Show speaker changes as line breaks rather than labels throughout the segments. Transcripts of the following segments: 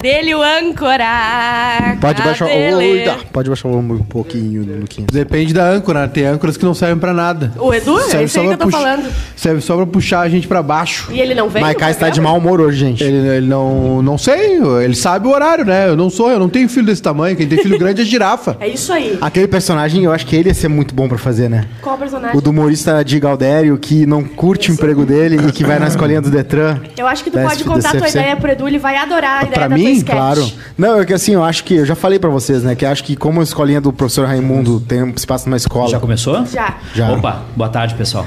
dele o âncora.
Pode baixar,
Cadê-lhe?
Oita, pode baixar um pouquinho, Luquinha.
Depende da âncora, né? Tem âncoras que não servem pra nada.
O Edu? É
Serve
isso
só
aí que
pra
eu tô
puxar-
falando.
Serve só pra puxar a gente pra baixo.
E ele não vem?
Maiká está tá de mau humor hoje, gente.
Ele, ele não. Não sei, ele sabe o horário, né? Eu não sou, eu não tenho filho desse tamanho. Quem tem filho grande é girafa.
É isso aí.
Aquele personagem, eu acho que ele ia ser muito bom pra fazer, né?
Qual personagem?
O do humorista de Galdério, que não curte o emprego dele e que vai na escolinha do Detran.
Eu acho que tu
Da
pode contar tua
SFC.
ideia pro Edu, ele vai adorar a ideia
Pra
da tua
mim,
sketch.
claro. Não, é que assim, eu acho que, eu já falei pra vocês, né? Que eu acho que como a escolinha do professor Raimundo tem um espaço numa escola.
Já começou?
Já.
Já.
Opa, boa tarde, pessoal.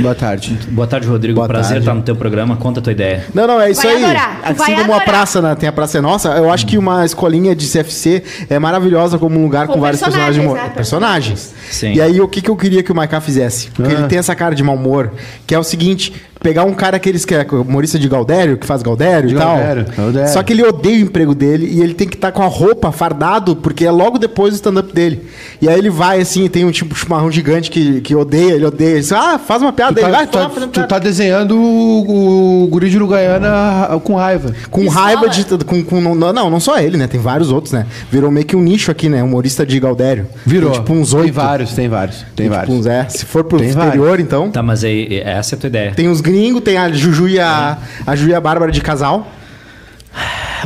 Boa tarde.
Boa tarde, Rodrigo.
Boa
Prazer
tarde.
estar no teu programa. Conta a tua ideia.
Não, não, é isso
Vai
aí.
adorar, tu
assim
vai
como
adorar.
a praça, né? Tem a Praça é Nossa, eu acho que uma escolinha de CFC é maravilhosa como um lugar
Com
com, vários
personagens,
personagens.
né?
mo- Personagens.
Sim.
E aí, o que, que eu queria que o Maiká fizesse? Porque
Ah.
ele tem essa cara de mau humor, que é o seguinte: pegar um cara que eles que é humorista de Gaudério, que faz Gaudério
De
e tal.
Gaudério, Gaudério.
Só que ele odeia o emprego dele e ele tem que estar com a roupa fardado, porque é logo depois do stand-up dele. E aí ele vai assim, tem um tipo chimarrão gigante que, que odeia, ele odeia. Ele diz, ah, faz uma piada,
Tu
ele
tá,
vai,
tu tá-
tá, fazendo
tu
piada.
tá desenhando o, o guri de Uruguaiana com raiva.
Com
Escola.
raiva de. Com, com, não, não, não só ele, né? Tem vários outros, né? Virou meio que um nicho aqui, né? Humorista de Galdério.
Virou.
Tem, tipo uns oito.
Tem vários, tem vários. Tem
Tem,
vários.
Tipo, uns, é. Se for pro
Tem
exterior,
vários.
então.
Tá, mas aí, essa é a tua ideia.
Tem os gringos, tem a Juju e a,
Tá.
a Juju e a Bárbara de casal.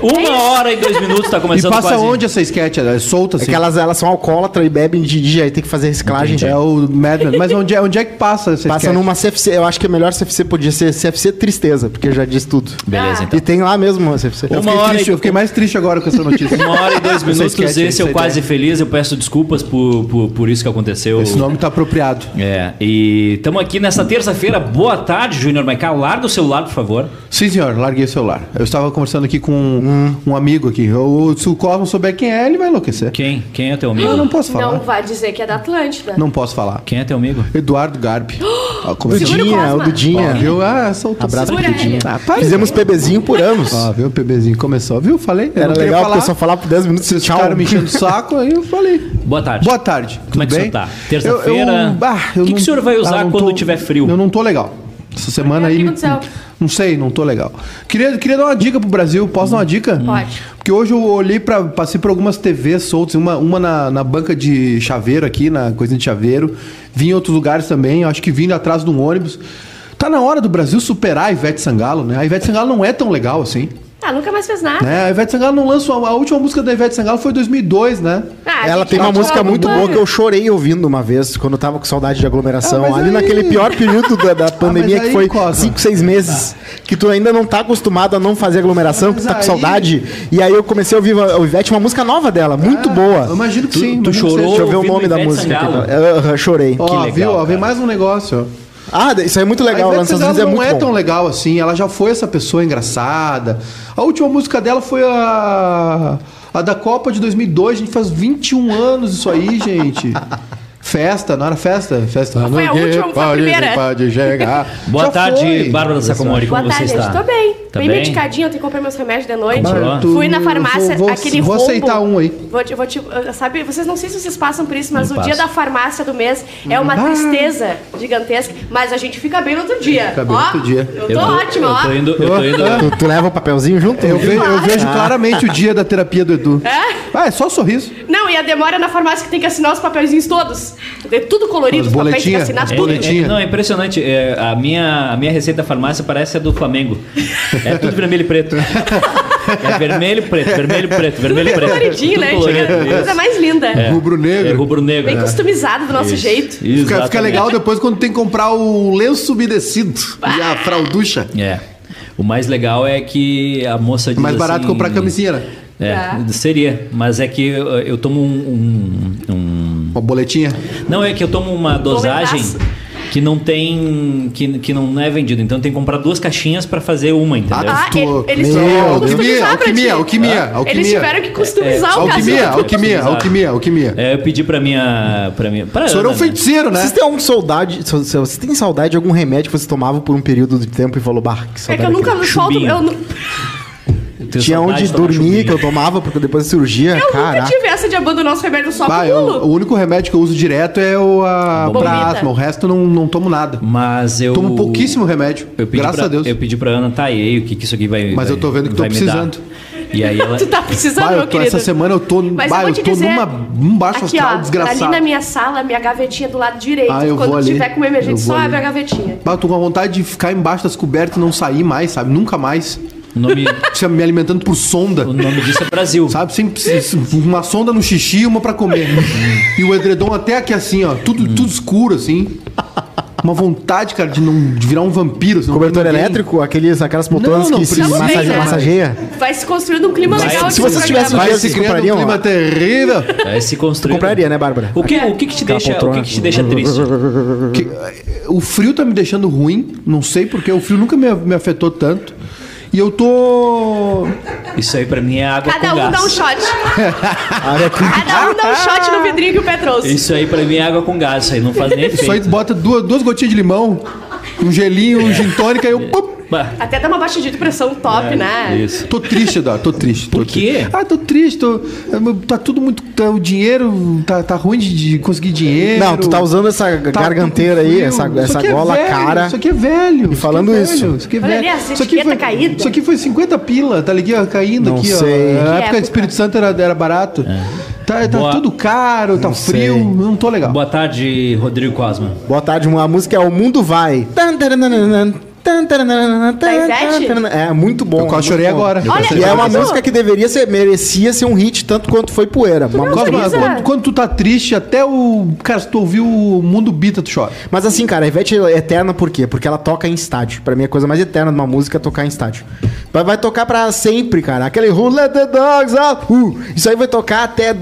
Uma hora e dois minutos, tá
E
começando
passa
quase.
onde essa sketch? Ela É
É
solta assim.
que elas, elas são alcoólatras e bebem de dia, aí tem que fazer reciclagem.
É o Mad Men. Mas onde é, onde é que passa essa
Passa
sketch?
numa CFC. Eu acho que a melhor CFC podia ser CFC Tristeza, porque já diz tudo. Ah.
Beleza, então.
E tem lá mesmo a CFC.
Eu
Uma
fiquei,
hora
triste,
e-
eu fiquei mais triste agora com essa notícia.
Uma hora e dois
Essa
minutos,
sketch,
esse eu
essa
quase
ideia.
feliz. Eu peço desculpas por, por, por isso que aconteceu.
Esse nome tá apropriado.
É, e estamos aqui nessa terça-feira. Boa tarde, Júnior Maiká. Larga o celular, por favor.
Sim, senhor, larguei o celular. Eu estava conversando aqui com um, um amigo aqui. Eu- se o Cosmo souber quem é, ele vai enlouquecer.
Quem? Quem é teu
Eu
amigo?
não posso falar.
Não
Não,
vai dizer que é da Atlântida.
posso falar.
Quem é teu amigo?
Eduardo Garbi. Ah, Ó,
O
começando-
Dudinha, o
Cosma.
Ó,
Dudinha.
viu? Ah, soltou.
um Abraço
Segura
pro Dudinha.
ele.
Ah, para,
Fizemos PBzinho por anos.
Ó, viu? O PBzinho começou, viu? Falei. Eu
Era
não queria
legal porque eu só falava por 10 minutos e
Vocês
tchau.
ficaram me enchendo o saco, aí eu falei.
Boa tarde.
Boa tarde.
Como é que
tudo
o
bem?
senhor tá? Terça-feira.
Eu- eu- bah, eu
O que que
não- ah,
o senhor vai usar
não
quando tiver frio?
Eu não tô legal. Essa semana
O que
aí.
aconteceu?
Não sei, não tô legal. Queria, queria dar uma dica pro Brasil. Posso dar uma dica?
Pode.
Porque hoje eu olhei pra. Passei por algumas TVs soltas, uma, uma na, na banca de chaveiro aqui, na coisinha de chaveiro. Vim em outros lugares também, acho que vindo atrás de um ônibus. Tá na hora do Brasil superar a Ivete Sangalo, né? A Ivete Sangalo não é tão legal assim.
Ah, nunca mais fez nada.
Né? A Ivete Sangalo não lançou. A última música da Ivete Sangalo foi em 2002, né?
Ah,
Ela
gente,
tem uma
vamos
música
falar
muito
do
boa que eu
Mano.
chorei ouvindo uma vez, quando eu tava com saudade de aglomeração.
Ah, mas
ali
aí- Ah,
naquele pior período da, da pandemia,
mas aí,
que foi
Cosma.
5, 6 meses, que tu ainda não tá acostumado a não fazer aglomeração, que
Mas
tu tá com
aí-
saudade. E aí eu comecei a ouvir a o Ivete, uma música nova dela, muito boa.
Eu imagino que
Tu-
Ah, sim.
tu
imagino que
chorou?
seja.
Deixa eu ver o
ouvindo
nome da
Ivete
música.
Sangalo.
aqui. Aham, chorei.
Ó,
legal,
viu? Ó, vem
cara.
mais um negócio. ó.
Ah, isso aí é muito legal.
a Ivete
Lanças
Sangalo
Vezes é
não
muito
é
bom.
tão legal assim. Ela já foi essa pessoa engraçada. A última música dela foi a... A da Copa de 2002. Gente, faz 21 anos isso aí, gente. Festa, não era festa? Festa não
Foi a última, foi a primeira.
pode chegar.
Boa
Já
tarde,
foi.
Bárbara Sacomori. Como
Boa tarde,
você
gente.
está?
Tô bem.
Tá
bem,
bem?
medicadinha, eu tenho que comprar meus remédios de noite.
Comprou?
Fui na farmácia,
Vou- vou-
aquele
vou
rombo.
aceitar um aí.
Vou te, vou te, sabe, vocês não sei se vocês passam por isso, mas
Não
o dia
passo.
da farmácia do mês é uma
Ah.
tristeza gigantesca, mas a gente fica bem no outro dia.
Fica bem no
Ó,
outro dia.
Eu tô, ótima,
eu
ó.
tô indo, eu tô indo.
Tu, tu leva o papelzinho junto? Ah,
Eu, ve- eu
Ah.
vejo claramente o dia da terapia do Edu. É? Ah, é só sorriso.
Não, e a demora na farmácia que tem que assinar os papelzinhos todos. É tudo colorido,
Os
os papéis tem que
boletinha,
assinar
os
tudo.
boletinha.
É, é, não, é impressionante. É, a, minha, a minha receita da farmácia parece a do Flamengo. É tudo vermelho e preto. É vermelho e preto, vermelho e preto, vermelho e
Tudo
preto.
coloridinho, né? Chega,
colorido,
coisa mais linda.
isso. É
Rubro-negro.
rubro-negro.
Bem customizado do nosso jeito.
Fica, fica legal depois quando tem que comprar o lenço umedecido e a fralducha.
É. O mais legal é que a moça diz
É Mais barato
assim,
comprar camisinha, né?
É,
Tá.
seria. Mas é que eu, eu tomo um- um- um
Uma boletinha.
Não, é que eu tomo uma dosagem
Boletaço.
que não tem. Que, que não é vendida. Então tem que comprar duas caixinhas pra fazer uma, entendeu?
Ah, ele- eles
Meu
tiveram que
Deus.
customizar pra ti.
alquimia, alquimia, alquimia, É,
Eles tiveram que customizar Ah, o tá
Alquimia,
caso.
alquimia, alquimia, alquimia.
É, eu pedi pra minha. Pra minha pra
O senhor é um
Ana, né?
feiticeiro, né?
Vocês têm algum saudade? so- so- Vocês têm saudade de algum remédio que você tomava por um período de tempo e falou, bah, que
É
saudade.
que eu nunca
um
me falto.
Chumbinho.
Eu, nu-
Eu tenho
Tinha
saudade
onde
de tomar
dormir
chumbinho.
que eu tomava, porque depois da cirurgia,
eu nunca
caraca.
tive essa de abandonar os remédios só
Bah,
pro
eu-
pulo.
o único remédio que eu uso direto é o a,
Bombita.
pra asma. O resto eu não, não tomo nada.
Mas eu.
Tomo pouquíssimo remédio.
Eu pedi
graças
pra,
a Deus.
Eu pedi pra Ana, tá e aí, o que, que isso aqui vai.
Mas eu
vai-
tô vendo que
vai
tô
me dar?
precisando.
E aí ela.
Tu tá precisando,
Bah, eu
meu
tô-
querido.
essa semana eu tô,
Mas
bah,
eu vou
eu
te
tô
dizer,
numa um baixo
aqui,
astral
ó,
desgraçado.
Ali na minha sala, minha gavetinha do lado direito.
Ah, eu
Quando
vou ali.
tiver com uma emergência,
Eu
só
vou ali.
abre a gavetinha.
Bah, eu tô com a vontade de ficar embaixo das cobertas e não sair mais, sabe? Nunca mais.
O nome,
Se- Me alimentando por sonda.
o nome disso é Brasil.
Sabe? Sempre se- se- uma sonda no xixi e uma pra comer. e o edredom até aqui assim, ó. Tudo, tudo escuro, assim. Uma vontade, cara, de não de virar um vampiro. Assim, não
Cobertor
ter ninguém.
elétrico, aqueles, aquelas poltronas
Não, não
que se
precisa.
massage-
Também, né?
massageia.
Vai se construindo um clima
Vai-
legal
se
de
vocês
programa.
tivessem
Vai
Vocês
se criando um
comprariam,
clima
ó?
terrível.
Vai É, se
Tu
construindo.
compraria, né, Bárbara?
O que, o que, que te
Aquela
deixa, o que,
poltrona.
que te deixa triste?
Que- o frio tá me deixando ruim. Não sei porque. O frio nunca me, me afetou tanto. E eu tô...
Isso aí pra mim é água
Cada
com
um
gás.
dá um shot.
Área com-
Cada um dá um shot no vidrinho que o Pé trouxe.
Isso aí pra mim é água com gás, isso aí não faz nem
Isso aí
efeito.
bota duas, duas gotinhas de limão, um gelinho, um gin tônica e eu... pum,
Bah,
Até dá uma baixadinha de pressão top, né?
É, Isso.
Tô triste, Eduardo, tô triste.
Por
tô
quê?
triste. Ah, tô triste, tô, tá tudo muito... tá- o dinheiro tá, tá ruim de, de conseguir dinheiro.
Não, tu tá usando essa
Tá
garganteira
tudo
aí,
frio.
essa,
Isso
essa
aqui é
gola
velho,
cara.
Isso aqui é velho. E
falando
é
isso.
Velho, isso aqui é
Olha
velho.
ali as
isso, aqui foi,
etiquetas caídas.
isso aqui foi 50 pila, tá ligado? Caindo
Não
aqui,
sei.
ó. Na
Que
época
época?
do Espírito Santo era, era barato. Tá, tá
É. Boa.
tudo caro, tá frio,
sei.
não tô legal.
Boa tarde, Rodrigo Cosma.
Boa tarde, a música é O Mundo Vai. Tan, taranana, tan, taranana, tan,
Ivete?
taranana. É muito bom.
Eu
muito
quase chorei
bom.
agora.
Olha,
E é uma
Mas, ó,
música que deveria ser, merecia ser um hit tanto quanto foi poeira. Uma música-
Cosma,
Teresa.
quando, quando tu tá triste, até o. Cara, se tu ouvir o Mundo Bita, tu chora.
Mas assim, cara, a Ivete é eterna por quê? Porque ela toca em estádio. Pra mim, a coisa mais eterna de uma música é tocar em estádio. Vai, vai tocar pra sempre, cara. Aquele Who Let the Dogs Out. Uh, isso aí vai tocar até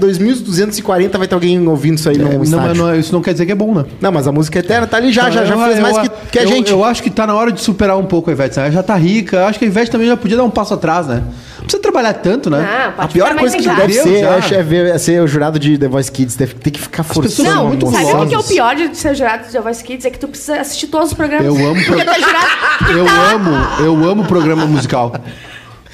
2240, vai ter alguém ouvindo isso aí
É,
num
não,
um estádio.
mas
Não,
não é- isso não quer dizer que é bom, né?
mas a música é eterna tá ali já, já, já
Eu-
fez
eu-
mais
eu-
que, que a
eu-
gente.
Eu, acho que tá na hora de superar um pouco a Ivete. sabe? Ela já tá rica. Eu acho que a Ivete também já podia dar um passo atrás, né? Não precisa trabalhar tanto, né?
Não, Ah, pode
a pior
ficar
coisa
mais
que
em
deve
casa.
Deu
ser
já.
é, che- é ver- é ser o jurado de The Voice Kids. Deve ter que ficar forçando.
pessoas
uma
Não,
muito
moça.
sabe o que que é o
gozosas.
pior de ser jurado de The Voice Kids? É que tu precisa assistir todos os programas.
Eu amo pro-
Porque tu é jurado.
Eu amo, eu amo programa musical.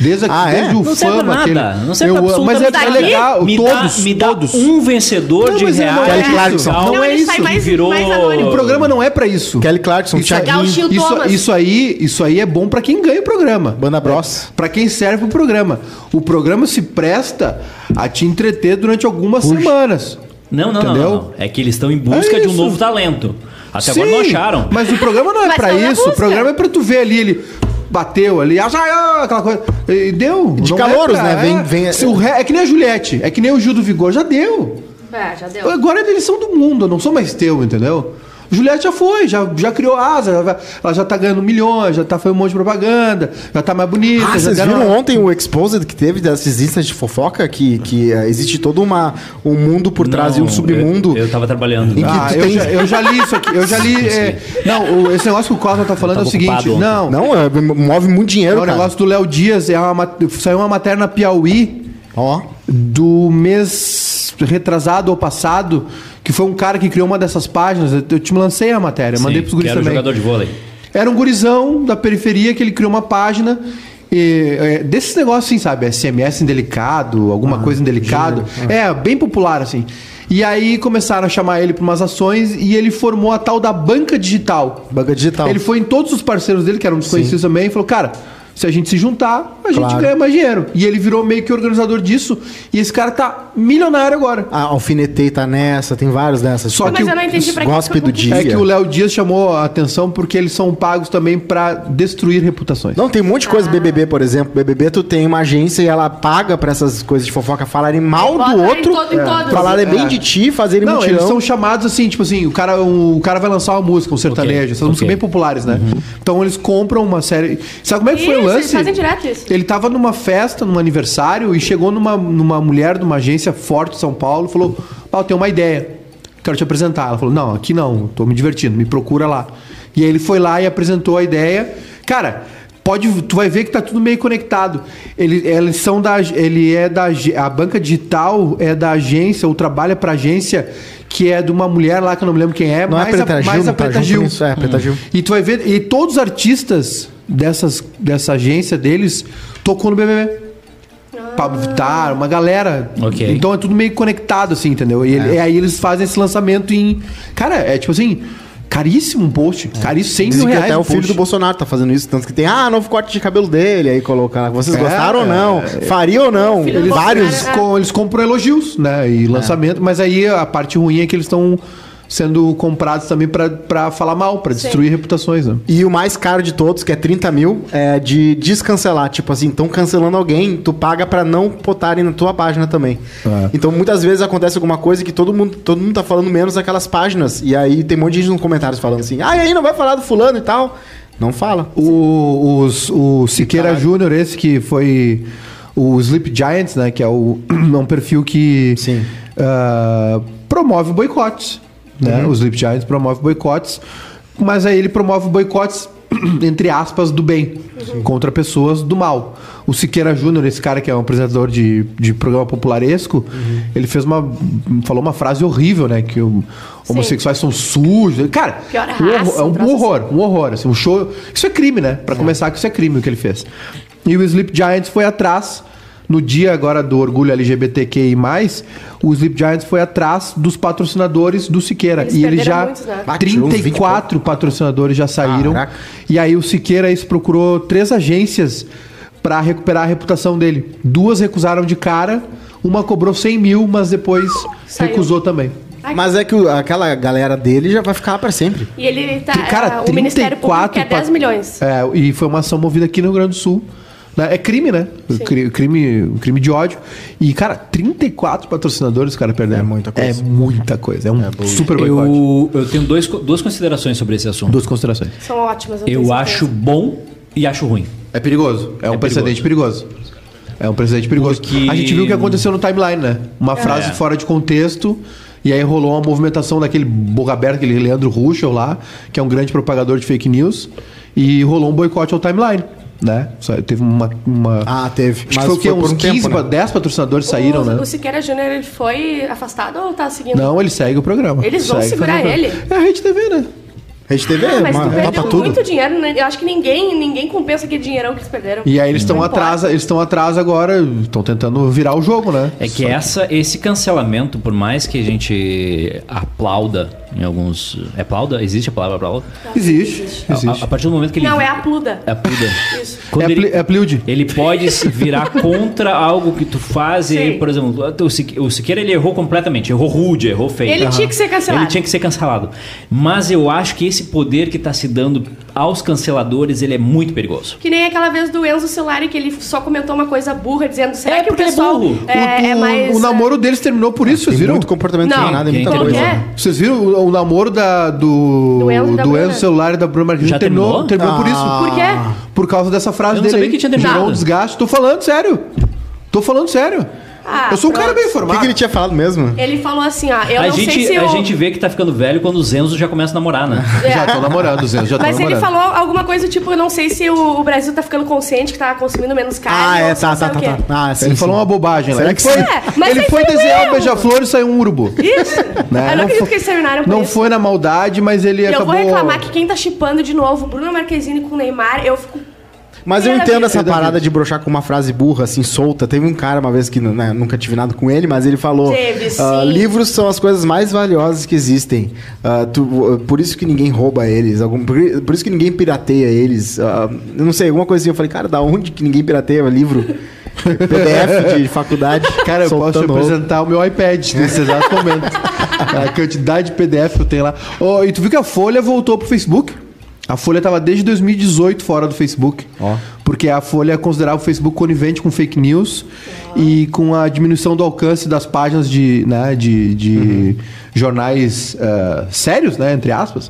Desde, a-
Ah, é?
desde o
Não serve
fama
nada,
aquele.
não serve
eu
pra
amo, mas é, é
absolutamente nada.
legal,
me
todos,
dá, me dá
todos.
um vencedor
Não,
de
mas ele não
real.
é
Kelly isso. Clarkson.
Não,
Não,
é
ele
isso.
sai
que
mais-
virou...
mais anônimo.
O programa não é pra isso.
Kelly Clarkson,
Isso aí-
Tiaguinho. Gauchinho
Isso,
Thomas.
isso aí, isso aí é bom pra quem ganha o programa.
Banda Bros.
Pra quem serve o programa. O programa se presta a te entreter durante algumas semanas.
Não, não, não,
Entendeu?
não, não. É que eles estão em busca
É
de um
isso.
novo talento. Até agora não
Sim,
acharam.
Mas o programa não é
Mas
pra
não é
isso. O
busca.
programa é pra tu ver ali, ele bateu ali, ah, aquela coisa. E deu.
De
não
calouros,
pra-
né? Vem-
é.
vem-
Se o re- É que nem a Juliette, é que nem o Gil do Vigor, já deu.
É, já deu.
Agora eles são do mundo, eu não sou mais teu, entendeu? Juliette já foi, já, já criou asa, já vai- ela já tá ganhando milhões, já tá foi um monte de propaganda, já tá mais bonita.
Ah,
já
vocês
deram
viram
uma-
ontem o Exposed que teve dessas listas de fofoca? Que, que eh, existe todo uma, um mundo por trás e
Não,
um submundo.
Eu, eu tava trabalhando.
Em que-
Ah,
tu
eu,
tem-
já, eu já li isso aqui, eu já li. é, não, o- esse negócio que o Cosma tá falando é o
tava
seguinte:
ocupado ontem.
não,
Não, é, move muito
é
dinheiro,
o
cara.
negócio do Léo Dias, é uma, mat- saiu uma matéria na Piauí
Ó.
do mês retrasado ou passado, que foi um cara que criou uma dessas páginas. Eu te lancei a matéria, mandei pros
Sim, que
guris
era o
também.
jogador de vôlei.
Era um gurizão da periferia que ele criou uma página. E, é, desses negócios, assim, sabe? SMS indelicado, alguma coisa indelicado. É, bem popular, assim. E aí começaram a chamar ele para umas ações e ele formou a tal da banca digital.
Banca digital.
Ele foi em todos os parceiros dele, que eram desconhecidos também, e falou: Cara, se a gente se juntar, a gente
Claro.
ganha mais dinheiro. E ele virou meio que organizador disso. E esse cara tá milionário agora.
A Alfinetei tá nessa, tem vários dessas.
Só que
Mas
o-
eu não entendi
os
pra que
gospel
que eu
do
confundi.
dia.
É que o Léo Dias chamou a atenção porque eles são pagos também para destruir reputações.
Não, tem um monte de coisa. BBB, por exemplo. BBB, tu tem uma agência e ela paga pra essas coisas de fofoca falarem mal
Bota
do
em
outro.
todo- em todos.
falarem bem
É.
de ti, fazerem
Não,
mutirão.
eles são chamados assim, tipo assim, o cara, um- o cara vai lançar uma música, um sertanejo, essas músicas
ok.
bem populares, né? Então eles compram uma série. Sabe como é que foi o
Isso,
lance?
eles fazem direto isso.
Ele tava numa festa, num aniversário, e chegou numa, numa mulher de uma agência forte de São Paulo e falou: Pau, tenho uma ideia. Quero te apresentar. Ela falou: Não, aqui não, tô me divertindo, me procura lá. E aí ele foi lá e apresentou a ideia. Cara. Pode, tu vai ver que tá tudo meio conectado. Ele, eles são da, ele é da ag- a banca digital é da agência ou trabalha para agência que é de uma mulher lá que eu não me lembro quem é,
Não é
mais a-
Preta Gil,
mais a
não tá
Preta
junto
Gil.
nisso? É,
Hum.
Preta Gil.
E tu vai ver, e todos os artistas dessas, dessa agência deles tocou no BBB. Pablo Vittar, uma galera.
Ok.
Então é tudo meio conectado, assim, entendeu? E ele- e aí eles fazem esse lançamento em. Cara, é tipo assim. Caríssimo um post. Caríssimo, 100 mil
É. Dizem que
reais.
até
um
o filho
post.
do Bolsonaro tá fazendo isso, tanto que tem, ah, novo corte de cabelo dele, aí colocar, vocês
É,
gostaram ou não? Faria ou não?
Filho do
Eles-
Bolsonaro.
vários.
Eles, com- eles compram elogios, né?
É.
E lançamento. Mas aí a parte ruim é que eles estão sendo comprados também pra- pra falar mal, pra destruir reputações, né?
E o mais caro de todos, que é 30 mil, é de descancelar. Tipo assim, estão cancelando alguém, tu paga pra não botarem na tua página também.
É.
Então muitas vezes acontece alguma coisa que todo mundo, todo mundo tá falando menos aquelas páginas. E aí tem um monte de gente nos comentários falando assim, ah, e aí não vai falar do fulano e tal. Não fala.
O, os- o Siqueira Júnior, esse que foi o Sleep Giants, né? Que é, o, é um perfil que
Sim.
ah, promove boicotes. Né? O Sleep Giants promove boicotes, mas aí ele promove boicotes, entre aspas, do bem, contra pessoas do mal. O Siqueira Júnior, esse cara que é um apresentador de, de programa popularesco, ele fez uma. falou uma frase horrível, né? Que o- homossexuais são sujos. Cara,
Pior
um horror-
raça,
é
um
um
troço
horror horror, um horror, assim, um show. Isso é crime, né? Pra começar, que isso é crime o que ele fez. E o Sleep Giants foi atrás, no dia agora do orgulho LGBTQI, o Sleep Giants foi atrás dos patrocinadores do Siqueira.
Eles
e ele
perderam
já.
muitos, né?
Ah, tirou uns 20 e
34 patrocinadores já saíram.
Caraca.
E aí o Siqueira esse, procurou três agências pra recuperar a reputação dele. Duas recusaram de cara, uma cobrou 100 mil, mas depois
Saiu.
recusou também.
Ai.
Mas é que o- aquela galera dele já vai ficar pra sempre.
E ele tá.
Cara,
o Ministério Público
34
quer 10
pa-
milhões.
É, e foi uma ação movida aqui no Rio Grande do Sul. né? É crime, né? Cri- crime, crime de ódio. E, cara, 34 patrocinadores, cara, perderam.
É muita coisa.
É muita coisa. É um super boicote.
Eu, eu tenho dois, co- duas considerações sobre esse assunto.
Duas considerações.
São ótimas. tenho
Eu
certeza.
acho bom e acho ruim.
É perigoso. É um precedente perigoso. É um precedente perigoso.
Porque-
A gente viu o que aconteceu no timeline, né? Uma frase
É.
fora de contexto. E aí rolou uma movimentação daquele boca aberta, aquele Leandro Ruschel lá, que é um grande propagador de fake news. E rolou um boicote ao timeline, né? Só- Teve uma. uma...
Ah, teve.
Acho que foi o quê?
por
Uns
um
15,
tempo, né?
pa- 10 patrocinadores saíram,
o,
né?
O Siqueira Júnior, ele foi afastado ou tá seguindo?
Não, ele segue o programa.
Eles vão
Segue o
segurar
programa.
ele?
É a Rede TV, né?
Rede TV,
Ah, mas
tá
tu
mano,
perdeu
tapa tudo.
muito dinheiro, né? Eu acho que ninguém, ninguém compensa aquele dinheirão que eles perderam.
E aí eles estão
Não importa.
atrás, eles estão atrás agora, estão tentando virar o jogo, né?
É que essa, esse cancelamento, por mais que a gente aplauda em alguns. É aplauda? Existe a palavra aplauda?
Existe.
A-
Existe.
A, a partir do momento que ele.
Não, é a pluda.
Aplauda.
Isso.
Quando
é
ele-
pli- é pliude.
Ele pode se virar contra algo que tu faz. E,
Sim.
por exemplo, o Sique- o Siqueira ele errou completamente. Errou rude, errou feio.
Ele tinha que ser cancelado.
Ele tinha que ser cancelado. Mas eu acho que esse poder que tá se dando aos canceladores, ele é muito perigoso.
Que nem aquela vez do Enzo Celari que ele só comentou uma coisa burra, dizendo, será
É,
que o
porque ele é
pessoal
burro.
é,
o,
é
o-
mais...
o namoro deles terminou por isso, vocês
Tem
viram?
muito comportamento
Não,
sem nada, é
quem
muita
Como
entendeu?
coisa.
que é?
né?
Vocês viram o, o namoro da, do,
Do Enzo e da
do
Bruna.
Enzo celular e da Bruna Marquezine
Já
terminou, terminou
terminou?
por isso.
é, Por quê?
Por causa dessa frase
Eu não
dele.
sabia
aí.
que tinha terminado.
Gerou um desgaste. Tô falando sério. Tô falando sério.
Ah,
eu sou um
pronto.
cara
O
bem
que,
informado.
que ele tinha falado mesmo?
Ele falou assim, ó, eu
a
não
gente,
sei se
a
eu...
gente vê que tá ficando velho quando os Enzo já começam a namorar, né?
É.
Já tô namorando, Enzo, já tô
Mas
namorando.
ele falou alguma coisa tipo, eu não sei se o, o Brasil tá ficando consciente que tá consumindo menos carne.
Ah, é,
ou se
tá,
não sei
tá,
o
tá,
quê.
tá. Ah, sim,
Ele
sim.
falou uma bobagem. lá.
Será
Ele
que
foi,
sim?
assim. É, mas
ele
aí
foi
foi
desenhar
erro.
o beija-flor e saiu um urubu.
Isso.
Né?
Eu não, acredito
foi-
que eles terminaram por
Não
isso.
foi na maldade, mas ele
E eu
acabou...
vou reclamar que quem tá chipando de novo Bruno Marquezine com Neymar, eu fico.
Mas eu
Primeira
entendo
vez.
essa parada de broxar com uma frase burra, assim, solta. Teve um cara uma vez que né, nunca tive nada com ele, mas ele falou:
Teve,
"Ah,
sim.
livros são as coisas mais valiosas que existem. Ah, tu- por isso que ninguém rouba eles, algum- por, por isso que ninguém pirateia eles. Ah, eu não sei, alguma coisinha. Eu falei, cara, da onde que ninguém pirateia livro? PDF de faculdade.
Cara, eu posso te
soltando roupa.
apresentar o meu iPad nesse exato momento. a quantidade de PDF que eu tenho lá. Ô, e tu viu que a Folha voltou pro Facebook? A Folha tava desde 2018 fora do Facebook.
Ó.
Porque a Folha considerava o Facebook conivente com fake news e com a diminuição do alcance das páginas de, né, de, de jornais ah, sérios, né, entre aspas.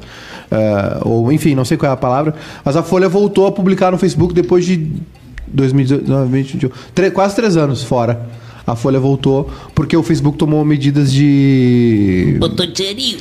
Ah, ou enfim, não sei qual é a palavra. Mas a Folha voltou a publicar no Facebook depois de 2019, 2021, tre- quase três anos fora. A Folha voltou porque o Facebook tomou medidas de.
Botoncherinho.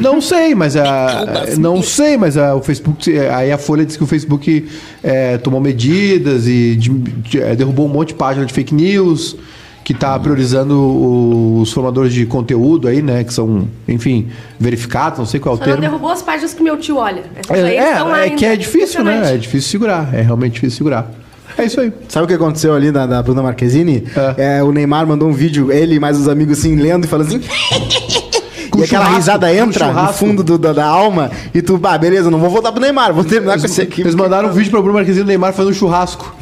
Não sei, mas a.
Picão,
Não sei, mas a, o Facebook. Aí a Folha disse que o Facebook eh, tomou medidas e de- de- eh, derrubou um monte de página de fake news, que tá priorizando o- os formadores de conteúdo aí, né? Que são, enfim, verificados, não sei qual é o
Só não
termo.
derrubou as páginas que meu tio olha. Essas
É,
aí estão lá
é, é
ainda.
que é difícil, né? É
Impressionante.
difícil segurar. É realmente difícil segurar. É isso aí.
Sabe o que aconteceu ali da, da Bruna É, Marquezine? É, o Neymar mandou um vídeo, ele e mais os amigos assim, lendo e falando assim.
Com com
e aquela
churrasco,
risada
com
entra no
churrasco.
fundo do- da, da alma e tu, bah, beleza, não vou voltar pro Neymar, vou terminar com esse aqui.
Eles mandaram um vídeo pra Bruno Marquezine e Neymar fazendo um churrasco.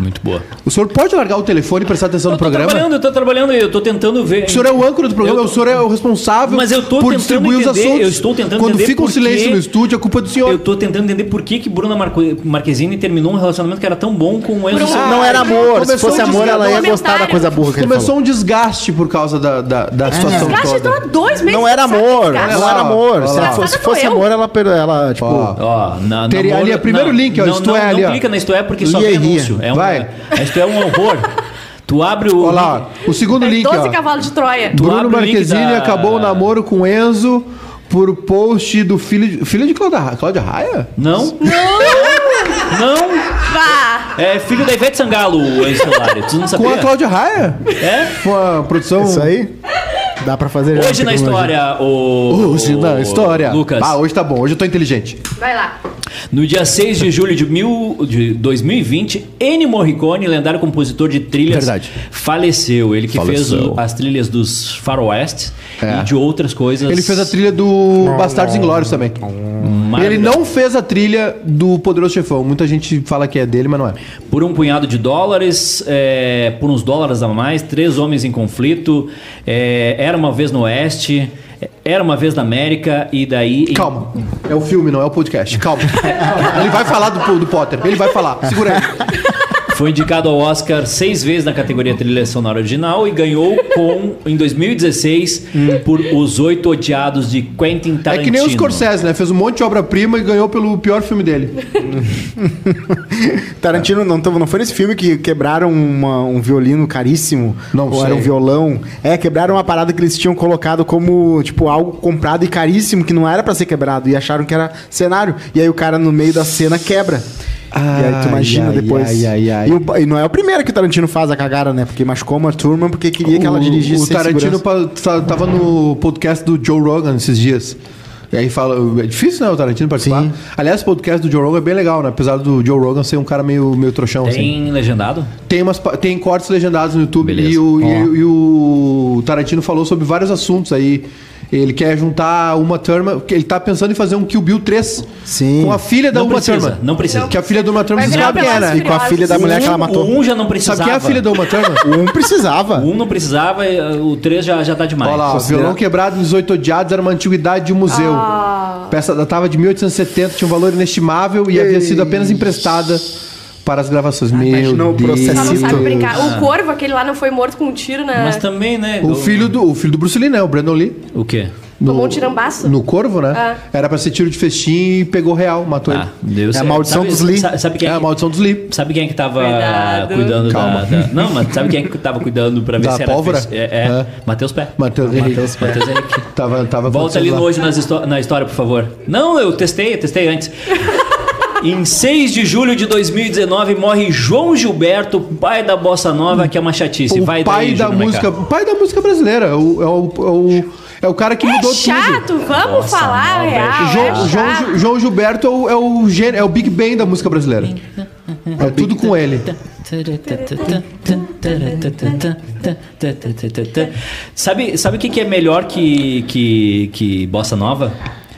Muito boa.
O senhor pode largar o telefone e prestar atenção no
Eu tô
programa?
trabalhando, eu tô trabalhando, eu tô tentando ver.
O senhor é o âncora do programa,
Eu tô-
o senhor é o responsável
Mas eu tô
por
tentando
distribuir os
entender,
assuntos.
eu estou tentando
Quando
entender
fica um
por
silêncio
quê-
no estúdio, é culpa do senhor.
Eu tô tentando entender por que que Bruna Marco- Marquezine terminou um relacionamento que era tão bom com o Enzo.
Por um-
Silva.
Não era amor, se
Começou
fosse
um
amor ela ia
desgraçado
gostar da coisa burra que ele
Começou
falou.
um desgaste por causa da, da, da situação
Desgaste, então há
toda.
dois meses.
Não era
sabe,
amor,
desgaste.
não era
Olha lá,
amor.
olha
Se,
lá.
ela fosse, se
Casada sou
fosse
eu.
amor, ela, per- ela tipo...
Ó.
Ó, na,
Teria
namoro-
ali a primeiro
não,
link, ó,
não,
isto
não,
é
não
ali, ó.
clica na isto é porque só
Ia
tem
ria.
anúncio. É um,
Vai.
Isto é um horror. Tu abre o.
Olha lá, o segundo link,
12
ó.
É cavalos de Troia.
Tu
Bruno
É abre o link
Marquezine
da-
acabou o namoro com Enzo por post do filho de, filho de Cláudia, Cláudia Raia?
Não? Não! Não!
Vá.
É filho da Ivete Sangalo, o Enzo Solari. Tu não
Com
sabia?
a Cláudia Raia?
É?
Com a produção...
Isso aí? Dá pra fazer já,
Hoje na
tecnologia.
história, o.
Hoje na história.
Lucas.
Ah, hoje tá bom, hoje eu tô inteligente.
Vai lá.
No dia 6 de julho de, mil, de 2020, Ennio Morricone, lendário compositor de trilhas,
Verdade.
faleceu. Ele que fez
Faleceu.
o- as trilhas dos Faroeste
É.
e de outras coisas.
Ele fez a trilha do Bastardos Inglórios também. Ele
maravilhosas.
não fez a trilha do Poderoso Chefão. Muita gente fala que é dele, mas não é.
Por um punhado de dólares, é, por uns dólares a mais, três homens em conflito, é, era uma vez no Oeste, era uma vez na América e daí.
Calma. É o filme, não é o podcast. Calma. Ele vai falar do, do Potter. Ele vai falar. Segura aí.
Foi indicado ao Oscar seis vezes na categoria trilha sonora original e ganhou com em 2016 por Os Oito Odiados de Quentin Tarantino.
É que nem o Scorsese, né? Fez um monte de obra-prima e ganhou pelo pior filme dele.
Tarantino não, tava- não foi nesse filme que quebraram uma- um violino caríssimo?
Não
ou
sei.
era um violão? É, quebraram uma parada que eles tinham colocado como, tipo, algo comprado e caríssimo que não era pra ser quebrado e acharam que era cenário. E aí o cara no meio da cena quebra. e aí
Ai,
tu imagina
ai,
depois.
ai, ai, ai.
E, o- e não é o primeiro que o Tarantino faz a cagada, né? Porque machucou uma turma porque queria é que ela dirigisse.
o
sem
Tarantino
segurança.
pa- tá- tava no podcast do Joe Rogan esses dias. E aí fala. É difícil, né, o Tarantino participar.
Sim.
Aliás, o podcast do Joe Rogan é bem legal, né? Apesar do Joe Rogan ser um cara meio, meio trouxão, assim.
Tem legendado?
Tem, umas, pa- tem cortes legendados no YouTube
Beleza.
e o, e, e o Tarantino falou sobre vários assuntos aí. Ele quer juntar uma turma. que Ele tá pensando em fazer um Kill Bill 3
Sim.
com a filha da
Não
uma
precisa,
turma.
não precisa.
Que a filha da uma turma
Vai
você
virar
sabe quem é,
Velozes
E
né?
com a filha da
O
mulher que ela
um,
matou.
o um já não precisava.
Sabe quem é a filha da uma turma?
O um precisava.
O um não precisava, eh, o três já, já tá demais.
Olha lá, ó,
Considera-
violão quebrado, 18 odiados, era uma antiguidade de um museu.
Ah.
Peça datava de 1870, tinha um valor inestimável e havia sido apenas emprestada para as gravações.
imagina
Meu
o
Deus.
Só não
Cito.
sabe brincar. O Corvo, aquele lá, não foi morto com um tiro na...
Mas também, né?
O
do-
filho do, o filho do Bruce Lee, né? O Brandon Lee.
O quê?
Tomou um tirambaço?
No corvo, né?
Ah.
Era pra ser tiro de festim e pegou real, matou
Ah,
ele.
Deus
É a maldição
sabe,
dos Lee.
Sabe, sabe
É
quem é
a
que-
maldição dos Lee.
Sabe quem é que tava
Cuidado.
cuidando da,
Calma.
da- Não, mas sabe quem é que tava cuidando pra ver
Da
se era.
pólvora?
fech- É, é.
Hã?
Matheus Pé.
Matheus Henrique. É.
Matheus Henrique.
Tava, tava
Volta
acontecendo
ali no
lá.
hoje nas histó- na história, por favor. Não, eu testei, eu testei antes. Em 6 de julho de 2019 morre João Gilberto, pai da bossa nova, que é uma chatice.
O
Vai
pai
daí,
da
Júnior
música.
Maiká.
O pai da música brasileira. O, é, o, é, o, é o cara que mudou
É
tudo.
chato, vamos
Nossa,
falar
não,
real.
velho.
João,
é
João,
chato.
Ju- João Gilberto é o, é o gênio, é o Big Bang da música brasileira. É tudo com ele.
Sabe, sabe o que, que é melhor que, que, que bossa nova?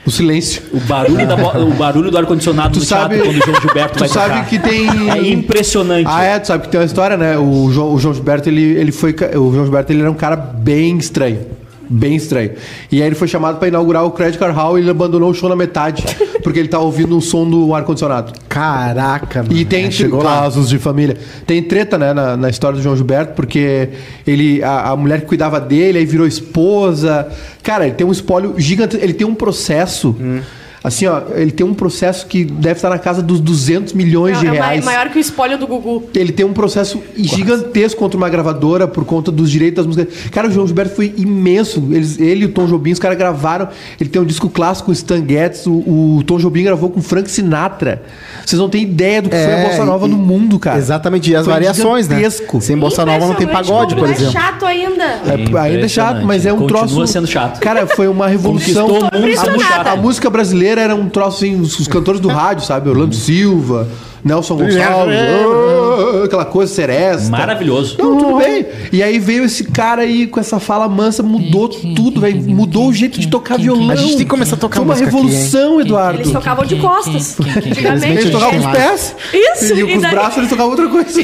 O silêncio.
O barulho, da bo- o barulho do ar-condicionado
Tu
no
sabe,
teatro quando o João Gilberto
tu
vai
sabe
tocar.
que tem.
É impressionante.
Ah, é, tu sabe que tem uma história, né? O João, o João Gilberto, ele, ele foi. ca- O João Gilberto ele era um cara bem estranho. Bem estranho. E aí ele foi chamado pra inaugurar o Credit Card Hall e ele abandonou o show na metade, porque ele tava ouvindo o som do ar-condicionado.
Caraca, mano.
E tem
É, chegou lá.
casos de família. Tem treta, né, na, na história do João Gilberto, porque ele, a, a mulher que cuidava dele, aí virou esposa. Cara, ele tem um espólio gigante. Ele tem um processo.
Hum.
Assim, ó, ele tem um processo que deve estar na casa dos 200 milhões de
É, é mai-
reais.
maior que o espólio do Gugu.
Ele tem um processo gigantesco contra uma gravadora por conta dos direitos das músicas. Cara, o João Gilberto foi imenso. Eles, ele e o Tom Jobim, os caras gravaram. Ele tem um disco clássico com Stan Getz. O, o Tom Jobim gravou com Frank Sinatra. Vocês não têm ideia do que foi a bossa nova
É, e-
no mundo, cara.
Exatamente, e as
Foi
variações,
gigantesco.
né? Sem bossa nova não tem
Impressionante
pagode,
como
por
é
exemplo.
chato ainda.
É, ainda é chato, mas é um
Continua
troço.
sendo chato.
Cara, foi uma revolução.
Conquistou o mundo
sendo
a, música,
chato.
Uhum.
a música brasileira era um troço assim, os, os cantores do rádio, sabe? Orlando Silva, Nelson Gonçalves, ah, aquela coisa seresta.
Maravilhoso.
Não,
Uhum.
tudo bem. E aí veio esse cara aí com essa fala mansa, mudou tudo, velho. Mudou o jeito de tocar violão.
A gente tem que começar a tocar
Foi uma
música aqui,
revolução, Eduardo.
Eles tocavam de costas.
Infelizmente,
Antigamente.
Eles tocavam com os
Demais.
pés.
Isso,
E com
e
os
daí-
braços eles tocavam outra coisa.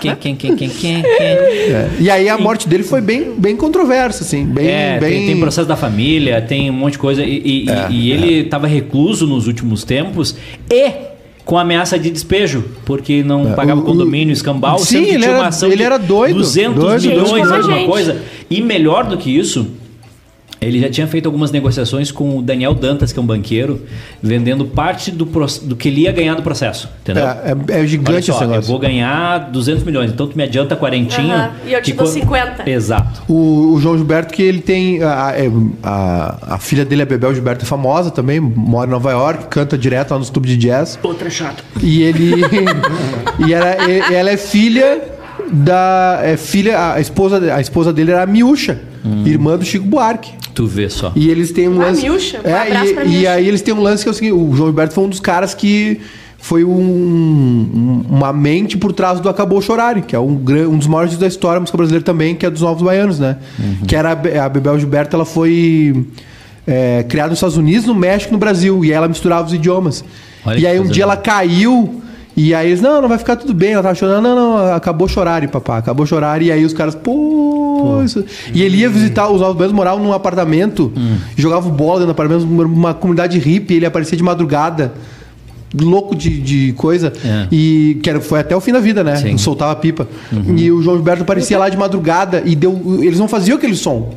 Quem, quem, quem, quem, quem, quem?
É.
E aí a morte dele foi bem, bem controversa, assim. Bem,
É,
bem... É,
tem, tem processo da família, tem um monte de coisa. E, e- e ele estava recluso nos últimos tempos e com ameaça de despejo, porque não pagava
É, o-
condomínio, escambau.
Sim,
sendo que
ele
tinha
era-
uma ação
ele
de
era doido.
200
Doido,
doido,
milhões,
doido.
alguma
Gente.
coisa. E melhor do que isso, ele já tinha feito algumas negociações com o Daniel Dantas, que é um banqueiro, vendendo parte do, proce- do que ele ia ganhar do processo, entendeu?
É, é- é
Olha
gigante
só,
esse
eu
negócio.
vou ganhar 200 milhões, então tu me adianta quarentinha.
Aham, e eu te
que
dou
quan-
50.
Exato.
O, o João Gilberto, que ele tem. A, a- a- a filha dele, a Bebel Gilberto, é famosa também, mora em Nova York, canta direto lá nos clubes de jazz.
Outra chata.
E ele. e ela, e- ela é filha da. É filha. A esposa, a esposa dele era a Miúcha, irmã do Chico Buarque.
Tu vê só.
E eles têm um
Ah,
lance.
Milcha. Um
É,
abraço
e,
pra
e
Milcha.
aí eles têm um lance que é o seguinte: o João Gilberto foi um dos caras que foi um- um- uma mente por trás do Acabou Chorari, que é um, gran- um dos maiores hits da história da música brasileira também, que é dos Novos Baianos, né?
Uhum.
Que era a Be- a Bebel Gilberto, ela foi é, criada nos Estados Unidos, no México, e no Brasil, e aí ela misturava os idiomas.
Olha
e
que
aí um
coisa
dia
boa.
ela caiu. E aí eles, não, não vai ficar tudo bem, ela tava chorando, não, não, acabou chorar, papá, acabou chorar. E aí os caras, pô, isso. E ele ia visitar os Alves moravam num apartamento,
Hum.
jogava bola dentro do apartamento, uma comunidade hippie, ele aparecia de madrugada, louco de, de coisa.
É.
E que era- foi até o fim da vida, né?
Sim. Uhum.
Soltava a pipa. E o João Gilberto aparecia lá de madrugada e deu. Eles não faziam aquele som.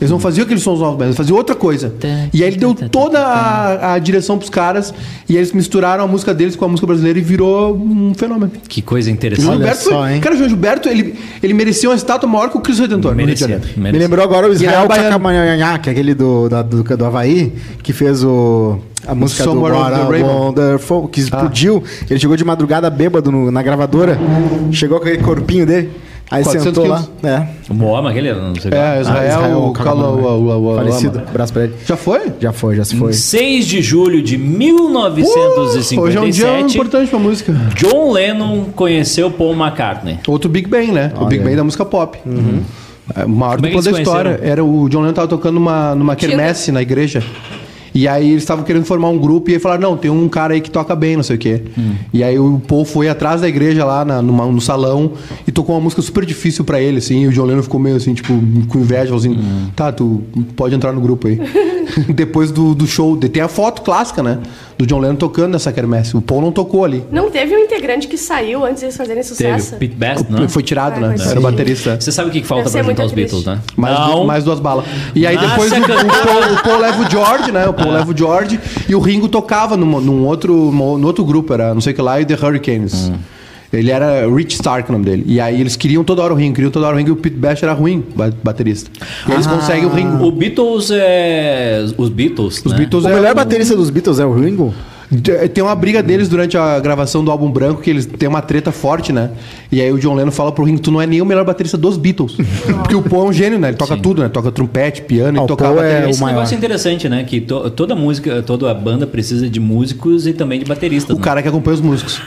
Eles
Uhum.
não faziam aquele som dos Novos Baianos, eles faziam outra coisa. E aí ele deu toda a, a direção pros caras e eles misturaram a música deles com a música brasileira e virou um fenômeno.
Que
O
coisa
João
interessante.
Olha
Gilberto
só,
foi,
hein?
cara, o João Gilberto, ele, ele merecia uma estátua maior que o Cristo Redentor. no Rio de
Merecia,
Janeiro.
Me
merecia.
lembrou agora o Israel
era baiano.
Cacamanhanhá, que é aquele do, da, do, do Havaí, que fez o, a música
Somewhere
do What
Over the
a
Rainbow. Ah.
Wonderful, que explodiu. Ele chegou de madrugada bêbado no- na gravadora, chegou com aquele corpinho dele, aí
400
sentou lá.
quilos.
É.
O Moama, aquele, não sei
É,
Ah,
lá.
Israel, Israel
Cacamanhanhá. um Falecido. Abraço pra ele.
Já foi?
Já foi, já se foi.
6 de julho
Hoje
de
é um dia
1957,
importante pra música.
John Lennon conheceu Paul McCartney.
Outro Big Bang, né? o
Olha
Big
aí. Uhum.
Bang da música pop. É, O maior
Como é que
dupla da
eles
história.
conheceram?
Era o John Lennon tava tocando numa, numa
Tinha-
quermesse na igreja. E aí eles estavam querendo formar um grupo e aí falaram, não, tem um cara aí que toca bem, não sei o quê.
Hum.
E aí o Paul foi atrás da igreja lá na- numa- no salão e tocou uma música super difícil pra ele, assim. E o John Lennon ficou meio assim, tipo, com inveja, falou assim,
Hum.
tá, tu pode entrar no grupo aí. Depois do, do show, tem a foto clássica, né? Do John Lennon tocando nessa quermesse. O Paul não tocou ali.
Não teve um integrante que saiu antes deles fazerem sucesso?
Teve o Pete Best, não? é?
Foi tirado,
Ai,
né?
coitado.
Era o baterista.
Você sabe o que que falta
Deve ser
pra juntar
muito
os Beatles,
triste.
né?
Mais, du- mais duas balas. E aí
Nossa, É.
depois o, o
cantora.
Paul, o Paul leva o George, né? O Paul leva o George e o Ringo tocava num, num outro, num outro grupo, era não sei o que lá, e The Hurricanes.
Hum.
Ele era Rich Stark, o nome dele. E aí eles queriam toda hora o Ringo, queriam toda hora o Ringo e o Pete Best era ruim, ba- baterista. E
Ah,
aí eles conseguem o Ringo.
O Beatles é... Os Beatles,
Os
né?
Beatles
O
é
melhor
o-
baterista dos Beatles é o Ringo?
De- é, Tem uma briga deles durante a gravação do álbum branco, que eles têm uma treta forte, né? E aí o John Lennon fala pro Ringo, tu não é nem o melhor baterista dos Beatles. Porque o Paul é um gênio, né? Ele toca tudo, né? Toca trompete, piano,
Ah,
ele
o
toca
Paul é
bateria.
o
Esse
maior.
negócio é interessante, né? Que to- toda música, toda banda precisa de músicos e também de bateristas.
O
né?
cara que acompanha os músicos.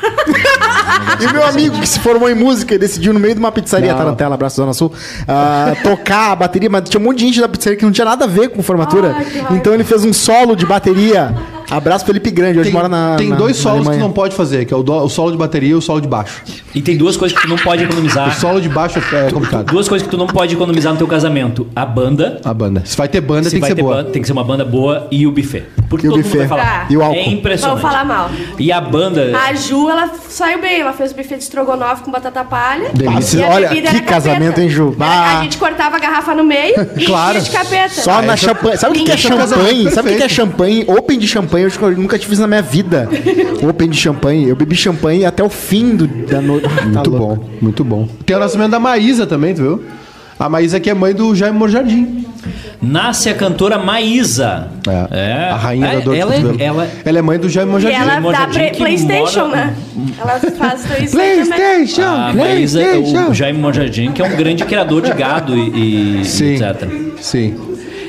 E o meu amigo que se formou em música e decidiu no meio de uma pizzaria,
Não.
tá na tela, abraço Zona Sul, ah, tocar a bateria, mas tinha um monte de gente da pizzaria que não tinha nada a ver com formatura.
Ai, que raiva.
então ele fez um solo de bateria. Abraço Felipe Grande, hoje
Tem,
mora na.
tem
na-
dois
na
solos que
Alemanha.
tu não pode fazer, que é o, do- o solo de bateria e o solo de baixo.
E tem duas coisas que tu não pode
O
economizar.
solo de baixo é complicado.
Duas coisas que tu não pode economizar no teu casamento. A banda
A banda. Se vai ter banda,
Se
tem que
vai
ser
ter
boa.
banda, tem que ser uma banda boa e o buffet. Porque
E o
todo
buffet.
mundo vai falar.
Tá.
E o álcool.
é impressionante.
Vamos falar mal.
E a banda.
A Ju, ela saiu bem. Ela fez o buffet de estrogonofe com batata palha.
Delícia.
E a
Olha,
bebida
que
era
casamento,
capeta.
hein, Ju?
Era-
Bah.
A gente cortava a garrafa no meio e
Claro.
enchia de capeta.
Só na
esse é o-
champanhe. Sabe o que que é
Esse é o casamento
champanhe? Sabe o que que é
perfeito.
champanhe? Open de champanhe, eu acho que eu nunca te fiz na minha vida. Open de champanhe. Eu bebi champanhe até o fim do, da Ah, tá noite.
Muito bom, muito bom. Tem o nascimento da Maísa também, tu viu? A Maísa que é mãe do Jaime Morjardim. É.
Nasce a cantora Maísa. É.
A rainha da dor de
ela,
cotovelo.
é- ela,
Ela é mãe do Jaime
E
Morjardim.
ela dá
Mojadinho
pre-
que
Playstation,
mora-
né? Ela faz né? isso aí também.
PlayStation!
a Maísa, é o Jaime Monjardim, que é um grande criador de gado e, e
Sim.
etc.
Sim.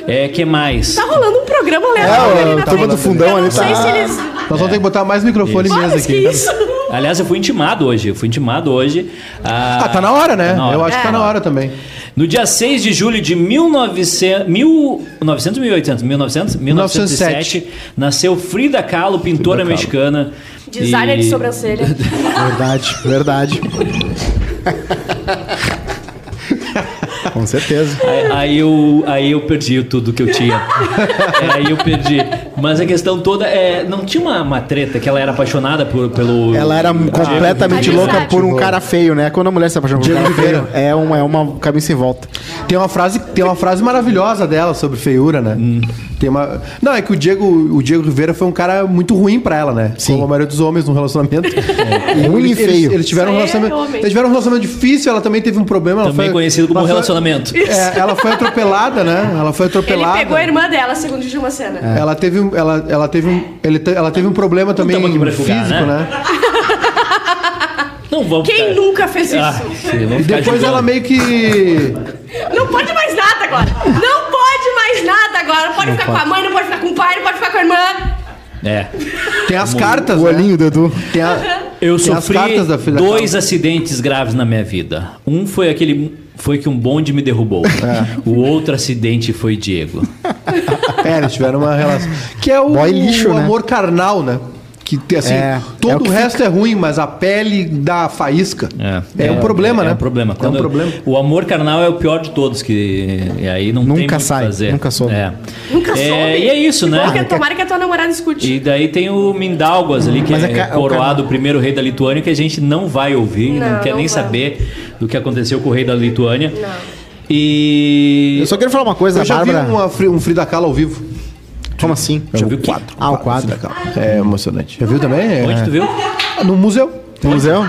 É, que mais?
Tá rolando um programa aleatório
É,
ali
a
na
turma
frente.
do fundão
Eu
ali
não sei
tá-
se eles...
Nós vamos ter que botar mais microfone
Isso.
mesmo
Olha, que
aqui. tá
isso?
Aliás, eu fui intimado hoje. Eu fui intimado hoje. a-
Ah, tá na hora, né?
Tá na hora.
Eu acho que tá
É.
na hora também.
No dia 6 de julho de 1900, 1900 1800, 1900, 1907, nasceu Frida Kahlo, pintora
Kahlo.
mexicana.
Designer
e-
de sobrancelha.
Verdade, verdade. Com certeza.
Aí, aí eu, aí eu perdi tudo que eu tinha. É, aí eu perdi. Mas a questão toda é. Não tinha uma, uma treta que ela era apaixonada por, pelo.
Ela era completamente
Diego
louca
Oliveira.
por um cara feio, né? Quando a mulher se apaixona por um
Diego
cara feio,
Oliveira.
é uma, é uma caminho sem volta.
Tem uma frase, tem uma frase maravilhosa dela sobre feiura, né?
Hum.
Tem uma... Não, é que o Diego, o Diego Rivera foi um cara muito ruim pra ela, né?
Sim.
Como a maioria dos homens no relacionamento.
É.
E
Ruim e
eles-
feio.
Eles, eles tiveram
Isso
um
aí é
relacionamento.
homem.
Eles tiveram um relacionamento difícil, ela também teve um problema. Ela
Também
foi-
conhecido como
ela foi-
relacionamento.
É, ela foi atropelada, né? Ela foi
Ele
atropelada.
pegou a irmã dela, segundo de uma cena.
Ela teve um, ela, ela teve um, ele te- ela teve um problema também
tamo aqui pra
físico,
julgar, né?
né?
Não vamos.
Quem
ficar-
nunca fez isso?
Ah, sim, vamos
E
ficar
depois
julgando.
ela meio que
Não pode mais nada agora. Não pode mais nada agora. Não pode ficar com a mãe, não pode ficar com o pai, não pode ficar com a irmã.
É.
tem as cartas,
O
né?
olhinho, Dudu.
Tem a-
Eu
tem as
sofri
cartas da filha
dois acidentes graves na minha vida. Um foi aquele. Foi que um bonde me derrubou. O outro acidente foi Diego.
É, eles tiveram uma relação. Que é o,
Boy lixo,
o
né?
amor carnal, né? Que tem, assim,
É,
todo
é o
o,
que
resto é ruim, mas a pele dá faísca. É, um problema, né?
É um problema.
É um
Quando eu-
problema.
o amor carnal é o pior de todos, que e aí não tem
Nunca
muito o que
sai,
fazer.
nunca soube.
É.
Nunca
É,
soube.
E é isso, né?
Tomara que- Tomara que a tua namorada escute.
E daí tem o Mindaugas ali, que
Mas é
é,
ca- o
coroado
cara-
o primeiro rei da Lituânia, que a gente não vai ouvir, não,
Não,
quer
não
nem
vai.
saber do que aconteceu com o rei da Lituânia.
Não.
E.
Eu só queria falar uma coisa,
Eu
a
já
Bárbara.
vi uma Fri- um Frida Kahlo ao vivo.
Como assim?
Já viu o quadro.
Ah, o quadro.
Frida Kahlo. É emocionante. Já viu também? É.
Onde tu viu?
No museu.
Tem museu?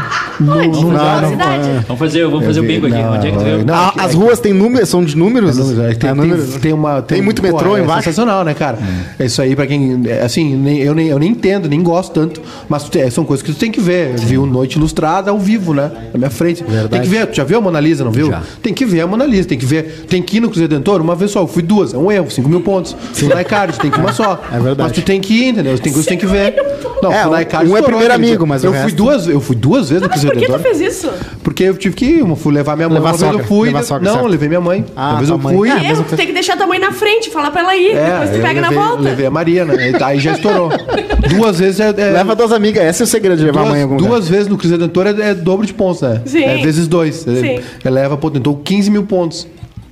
Onde?
não, não,
Cidade?
Vamos fazer, vamos fazer o
vi,
bingo aqui.
não,
Onde é que tu viu?
não.
Ah,
aqui-
as ruas têm números, são de números?
É, Tem,
Ah,
tem-
números.
tem uma,
Tem muito
porra,
metrô
é
embaixo?
sensacional, né, cara? É Isso aí, pra quem. é, Assim, nem- eu, nem, eu nem entendo, nem gosto tanto, mas tu te- são coisas que tu tem que ver. Eu Vi o Noite Ilustrada ao vivo, né? Na minha frente. Tem que ver. Tu já viu a Mona Lisa, não viu? Tem que ver a Mona Lisa, tem que ver. Tem que ir no Cruzeiro Redentor uma vez só. Eu fui duas, é um erro, 5 mil pontos. Funai Card, tem que ir uma só.
É verdade.
Mas tu tem que ir, entendeu? Tem coisas que tem que ver. Não,
É,
Funai
um-
Card
um é
estourou
primeiro
aquele
amigo,
dia.
mas o
eu fui
resto-
duas Eu fui duas vezes no
Mas
Cruzeiro
por que tu
Redentor.
fez isso?
Porque eu tive que ir, eu fui levar minha mãe.
Levar
uma vez
sogra,
eu fui.
levar sogra,
não,
certo.
levei minha mãe.
Ah,
Uma vez eu
tua mãe.
fui.
Ah,
É,
mesma
tu tem que deixar tua mãe na frente, falar pra ela ir. depois tu
É, eu
pega na
levei-
volta.
levei a Maria, né? Aí já estourou. duas vezes é. é-
Leva duas amigas, esse é o segredo de levar
duas,
a mãe em algum lugar.
duas vezes no Cruzeiro Redentor é, é dobro de pontos, né?
Sim.
É vezes dois.
Sim.
É, leva, pô, tentou 15 mil pontos.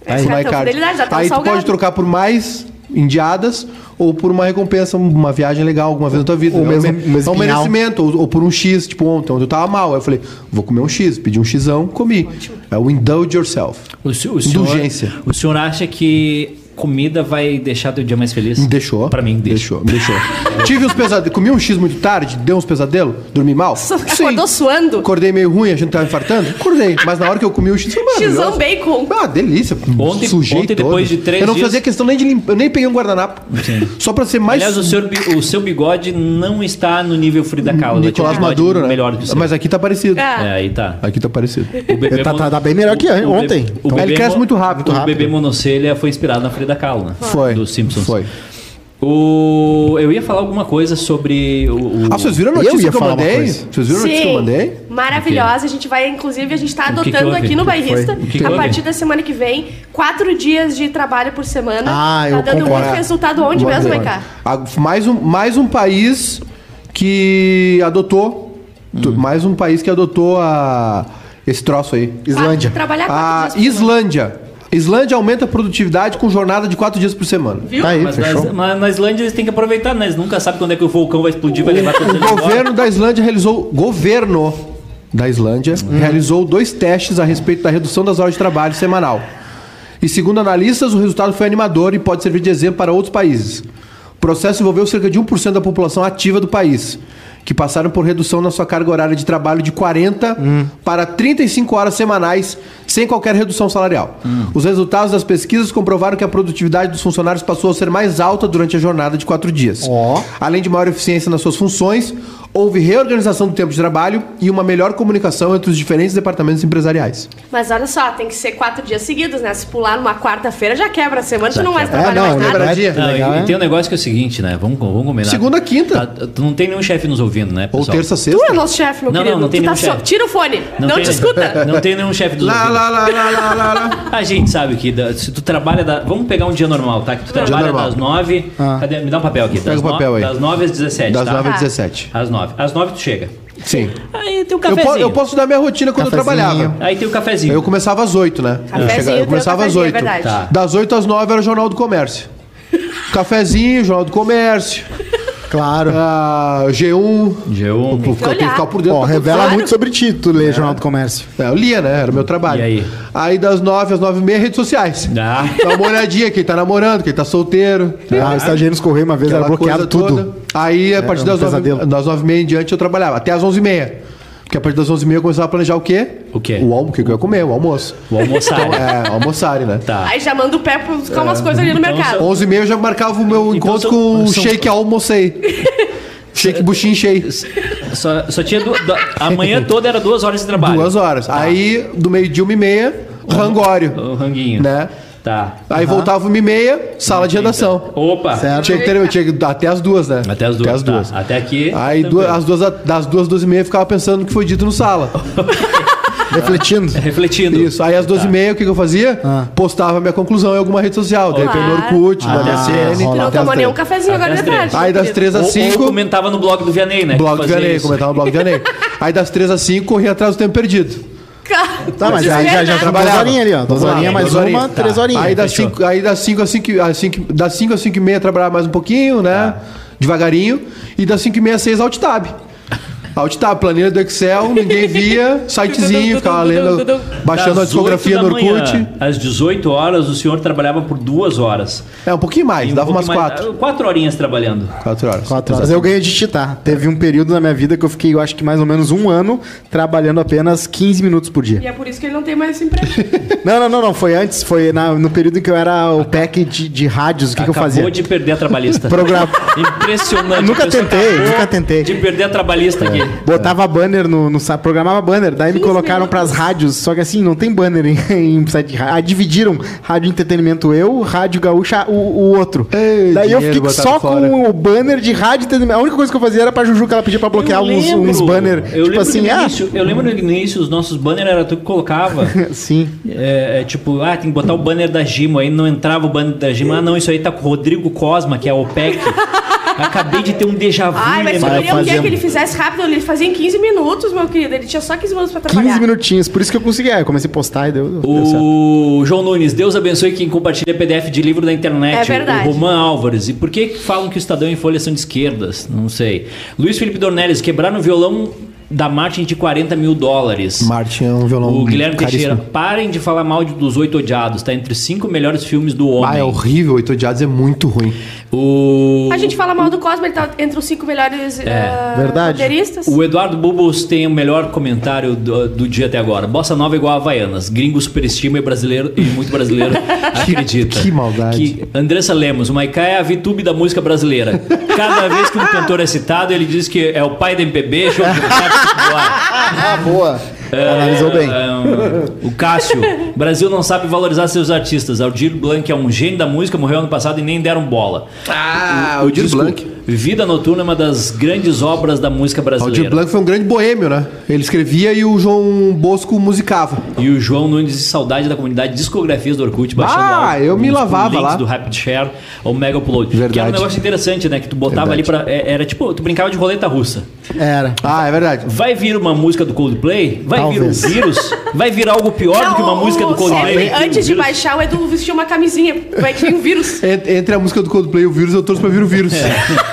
É,
Aí,
certo,
Maicard.
fidelidade, dá até um
Aí tu
salgado.
pode trocar por mais indiadas ou por uma recompensa, uma viagem legal alguma vez na tua vida.
Ou
É um
mesmo-
me-
mesmo
é um
pinhal.
merecimento, ou, ou por um X, tipo ontem, ontem eu tava mal. Aí eu falei, vou comer um X, pedi um Xão, comi. É o indulge yourself.
O, se- o senhor,
Indulgência.
O senhor acha que comida vai deixar teu dia mais feliz?
Me deixou.
Pra mim, deixa.
deixou. Me deixou. Tive uns pesadelos. Comi um X muito tarde, deu uns pesadelos, dormi mal.
Só que acordou suando.
Acordei meio ruim, a gente tava infartando. Acordei. Mas na hora que eu comi o X, foi maravilhoso.
Xão bacon.
Ah, delícia.
Ontem-
Sujei
ontem,
todo.
depois de três
Eu não
dias-
fazia questão nem de limpar. Eu nem peguei um guardanapo. Só pra ser mais.
Aliás, o, senhor bi- o seu bigode não está no nível Frida Kahlo. né? Tinha um
Nicolás
bigode
Maduro, né?
Melhor do que o seu.
Mas aqui tá parecido.
É.
É, aí tá.
Aqui tá parecido.
O bebê
Tá-
mon-
tá- tá bem melhor que
o- o
ontem.
bebê-
Então,
o
ele
bebê
cresce
mon-
muito rápido.
O bebê monocelha foi inspirado na Frida Kahlo, né?
Foi.
Dos Simpsons.
Foi.
O... Eu ia falar alguma coisa sobre o... o-
Ah, vocês viram a
Eu
notícia
ia
que eu
falar uma
mandei?
coisa.
Vocês viram a notícia que eu mandei?
Maravilhosa. A gente vai, inclusive, a gente tá
O que que
adotando
houve?
aqui no
O que
Bairrista.
foi? O que que
a
houve?
partir da semana que vem, quatro dias de trabalho por semana.
Ah,
tá
eu
dando
concordo.
muito resultado onde
Boa
mesmo,
ideia.
Maiká?
Ah, Mais um, mais um país que adotou. tu- Mais um país que adotou a, esse troço aí.
Islândia.
Quatro- Trabalhar quatro
A
dias por semana.
Ah, Islândia. Islândia aumenta a produtividade com jornada de quatro dias por semana.
Tá aí,
Mas,
fechou.
nas- mas na Islândia eles têm que aproveitar, né? Eles nunca sabem quando é que o vulcão vai explodir, vai levar todo
O
mundo embora.
governo da Islândia realizou. Governo da Islândia realizou dois testes a respeito da redução das horas de trabalho semanal. E segundo analistas, o resultado foi animador e pode servir de exemplo para outros países. O processo envolveu cerca de 1% da população ativa do país, que passaram por redução na sua carga horária de trabalho de 40 para 35 horas semanais, sem qualquer redução salarial. Os resultados das pesquisas comprovaram que a produtividade dos funcionários passou a ser mais alta durante a jornada de quatro dias.
Ó.
Além de maior eficiência nas suas funções, houve reorganização do tempo de trabalho e uma melhor comunicação entre os diferentes departamentos empresariais.
Mas olha só, tem que ser quatro dias seguidos, né? Se pular numa quarta-feira, já quebra a semana, tu não mais
É,
trabalha
não,
mais nada.
quebradinha.
Não,
Legal,
e, e
né?
tem um negócio que é o seguinte, né? Vamos, vamos combinar.
Segunda, quinta.
Tá, tu não tem nenhum chefe nos ouvindo, né,
Ou
pessoal?
terça,
Tu é
sexta.
nosso chefe, meu
Não, não,
querido.
não tem
tu tá
nenhum chefe.
só- Tira o fone. Não,
tem-
te escuta.
Não tem nenhum chefe dos
Lá,
ouvindo.
lá, lá, lá, lá, lá, lá.
A gente sabe que da- se tu trabalha da- Vamos pegar um dia normal, tá? Que tu trabalha
normal. Ah.
das 9. Cadê? Me dá um papel aqui.
Pega
das
o papel
no-
aí.
Das 9 às 17.
Das
tá?
9 às 17.
Às 9. Às 9 tu chega.
Sim.
Aí
um
Eu,
tem o
po-
cafezinho.
eu posso dar minha rotina quando eu
Cafezinho.
trabalhava.
Aí tem o cafezinho.
Eu começava às 8, né?
Cafezinho,
eu,
tem
eu
o
começava às
cafezinho, é
8.
verdade.
Tá.
Das 8 às 9 era o Jornal do Comércio. Cafezinho, Jornal do Comércio.
Claro.
então- ah, G1.
G1.
Eu tenho que ficar por dentro.
Ó,
pra
revela
Claro.
muito sobre ti, tu lê Jornal do Comércio.
É, Eu lia, né? Era o meu trabalho.
E aí?
das 9 às 9 e meia, redes sociais.
Ah.
Dá uma olhadinha, quem tá namorando, quem tá solteiro.
Ah, o estagiário nos correu uma vez, era
aquela
bloqueado
coisa
tudo.
toda. Aí, a partir
um
das, nove,
pesadelo.
das 9 e meia em diante, eu trabalhava. Até as 11 e meia. Porque a partir das 11 e meia eu começava a planejar o quê?
O quê?
O almo, o que eu ia comer, o almoço.
Vou almoçar.
É, almoçarem, né?
Tá.
Aí já manda o pé pra buscar umas coisas ali no
Então,
mercado.
11 e meia eu já marcava o meu encontro
são-
com o
são-
shake almocei. shake buchinchei.
Só, só tinha. Du... da- A manhã toda era duas horas de trabalho.
Duas horas.
Tá.
Aí, do meio-dia, uma e meia,
Uhum.
rangório.
O ranguinho.
Né?
Tá.
Aí voltava uma e meia, sala de redação.
Opa.
Uhum. Certo.
Tinha que ter, tinha que- até as duas, né?
Até as duas.
Até as
tá.
duas.
Até aqui.
Aí duas,
tranquilo.
as duas, das duas, duas e meia, eu ficava pensando no que foi dito no sala.
Refletindo.
É. Refletindo.
Isso. Aí às duas
tá.
e meia, o que, que eu fazia? Postava minha conclusão em alguma rede social. Daí pelo
Claro.
Orkut, na
Ah,
DCN.
Tu
rola.
não
até as
tomou nenhum
três.
um cafezinho agora
Até
de
as três.
tarde.
Aí das
querido.
três às
Ou- ou
assim, cinco...
comentava no blog do Vianney, né? que
Blog do
fazia
Vianney,
isso.
comentava no blog do Vianney. Aí das três às cinco, corria atrás do tempo perdido.
Cara,
Tá, mas aí já, já
desesperado.
já duas
Trabalhava.
horinhas ali, ó. Duas
Vamos lá,
horinhas, mais
duas horinhas.
uma, três
Tá.
horinhas.
Aí das
fechou.
cinco, aí das cinco às cinco, e- às cinco, das cinco às cinco e meia, trabalhava mais um pouquinho, né?
Tá.
Devagarinho. E das cinco e meia às seis, alt tab. Alt tab, planilha do Excel, ninguém via, sitezinho, ficava lendo, baixando a
Das
discografia no
8 da
Orkut.
manhã Às 18 horas, o senhor trabalhava por duas horas.
É, um pouquinho mais,
E um
dava umas
pouquinho mais-
quatro.
Quatro horinhas trabalhando.
Quatro horas.
Quatro horas. Eu ganhei de chitar. Teve um período na minha vida que eu fiquei, eu acho que mais ou menos um ano, trabalhando apenas 15 minutos por
E
dia.
é por isso que ele não tem mais esse emprego.
Não, não, não, não. Foi antes, foi na- no período em que eu era o pack de, de rádios. O que, que eu
Acabou
fazia?
de tá perder a trabalhista.
Programa.
Impressionante.
Nunca
a pessoa
tentei,
acabou
nunca tentei.
De perder a
É.
trabalhista aqui.
Botava banner no, no site, programava banner, daí me
15
colocaram
minutos.
pras rádios, só que assim, não tem banner em, em site de rádio. Aí dividiram Rádio Entretenimento eu, Rádio Gaúcha o, o outro.
Ei,
daí eu
dinheiro
fiquei
botado
só
fora.
com o banner de Rádio Entretenimento. A única coisa que eu fazia era pra Juju que ela pedia pra bloquear
Eu
uns,
lembro.
uns banner.
Eu
tipo
lembro
assim,
que no
ah,
início, Eu lembro no início, os nossos banners era tu que colocava.
sim.
É, é tipo, ah, tem que botar o banner da Gimo. Aí não entrava o banner da Gimo. Ah, não, isso aí tá com o Rodrigo Cosma, que é o OPEC. Acabei de ter um déjà vu.
Ai, mas eu
lembrando.
queria o que
fazia-
que ele fizesse rápido. Ele fazia em 15 minutos, meu querido. Ele tinha só 15 minutos pra
15
trabalhar.
minutinhos, por isso que eu consegui. Ah, eu comecei a postar e deu, deu certo.
O João Nunes, Deus abençoe quem compartilha PDF de livro na internet.
É verdade.
O Roman Álvares. E por que que falam que o Estadão e Folha são de esquerdas? Não sei. Luiz Felipe Dornelles, quebraram o violão da Martin de 40 mil dólares.
Martin é um violão
o Guilherme Teixeira,
caríssimo.
parem de falar mal de- dos Oito Odiados. Tá entre os cinco melhores filmes do
Ah, é
homem.
horrível, Oito Odiados é muito ruim.
o...
A gente fala mal do Cosmo, ele tá entre os cinco melhores é,
verdade.
roteiristas.
O Eduardo Bubos tem o melhor comentário do, do dia até agora. Bossa nova é igual a Havaianas. Gringo superestima e brasileiro e muito brasileiro acredita.
que maldade.
Que Andressa Lemos, o Maiká é a VTube da música brasileira. Cada vez que um cantor é citado, ele diz que é o pai da MPB, show de tá bola.
Ah, boa. Analisou
É,
bem.
O Cássio, Brasil não sabe valorizar seus artistas. Aldir Blanc é um gênio da música, morreu ano passado e nem deram bola.
Ah,
O disco Vida Noturna é uma das grandes obras da música brasileira.
Aldir Blanc foi um grande boêmio, né? Ele escrevia e o João Bosco musicava.
E o João Nunes, saudade da comunidade Discografias do Orkut, baixando
Ah,
lá
eu me lavava
links
lá.
do Rapid Share ao Mega Upload. Que era um
Verdade.
negócio interessante, né? Que tu botava ali pra. é- Era tipo, tu brincava de roleta russa.
Era.
Ah, é verdade.
Vai vir uma música do Coldplay? Vai
Talvez.
vir um vírus? Vai vir algo pior do que uma
Não,
música do
o-
Coldplay? um
Sempre, antes de
Vírus?
baixar, o Edu vestiu uma camisinha. Vai que vem um vírus.
Ent- Entre a música do Coldplay e o vírus, eu torço pra vir o vírus.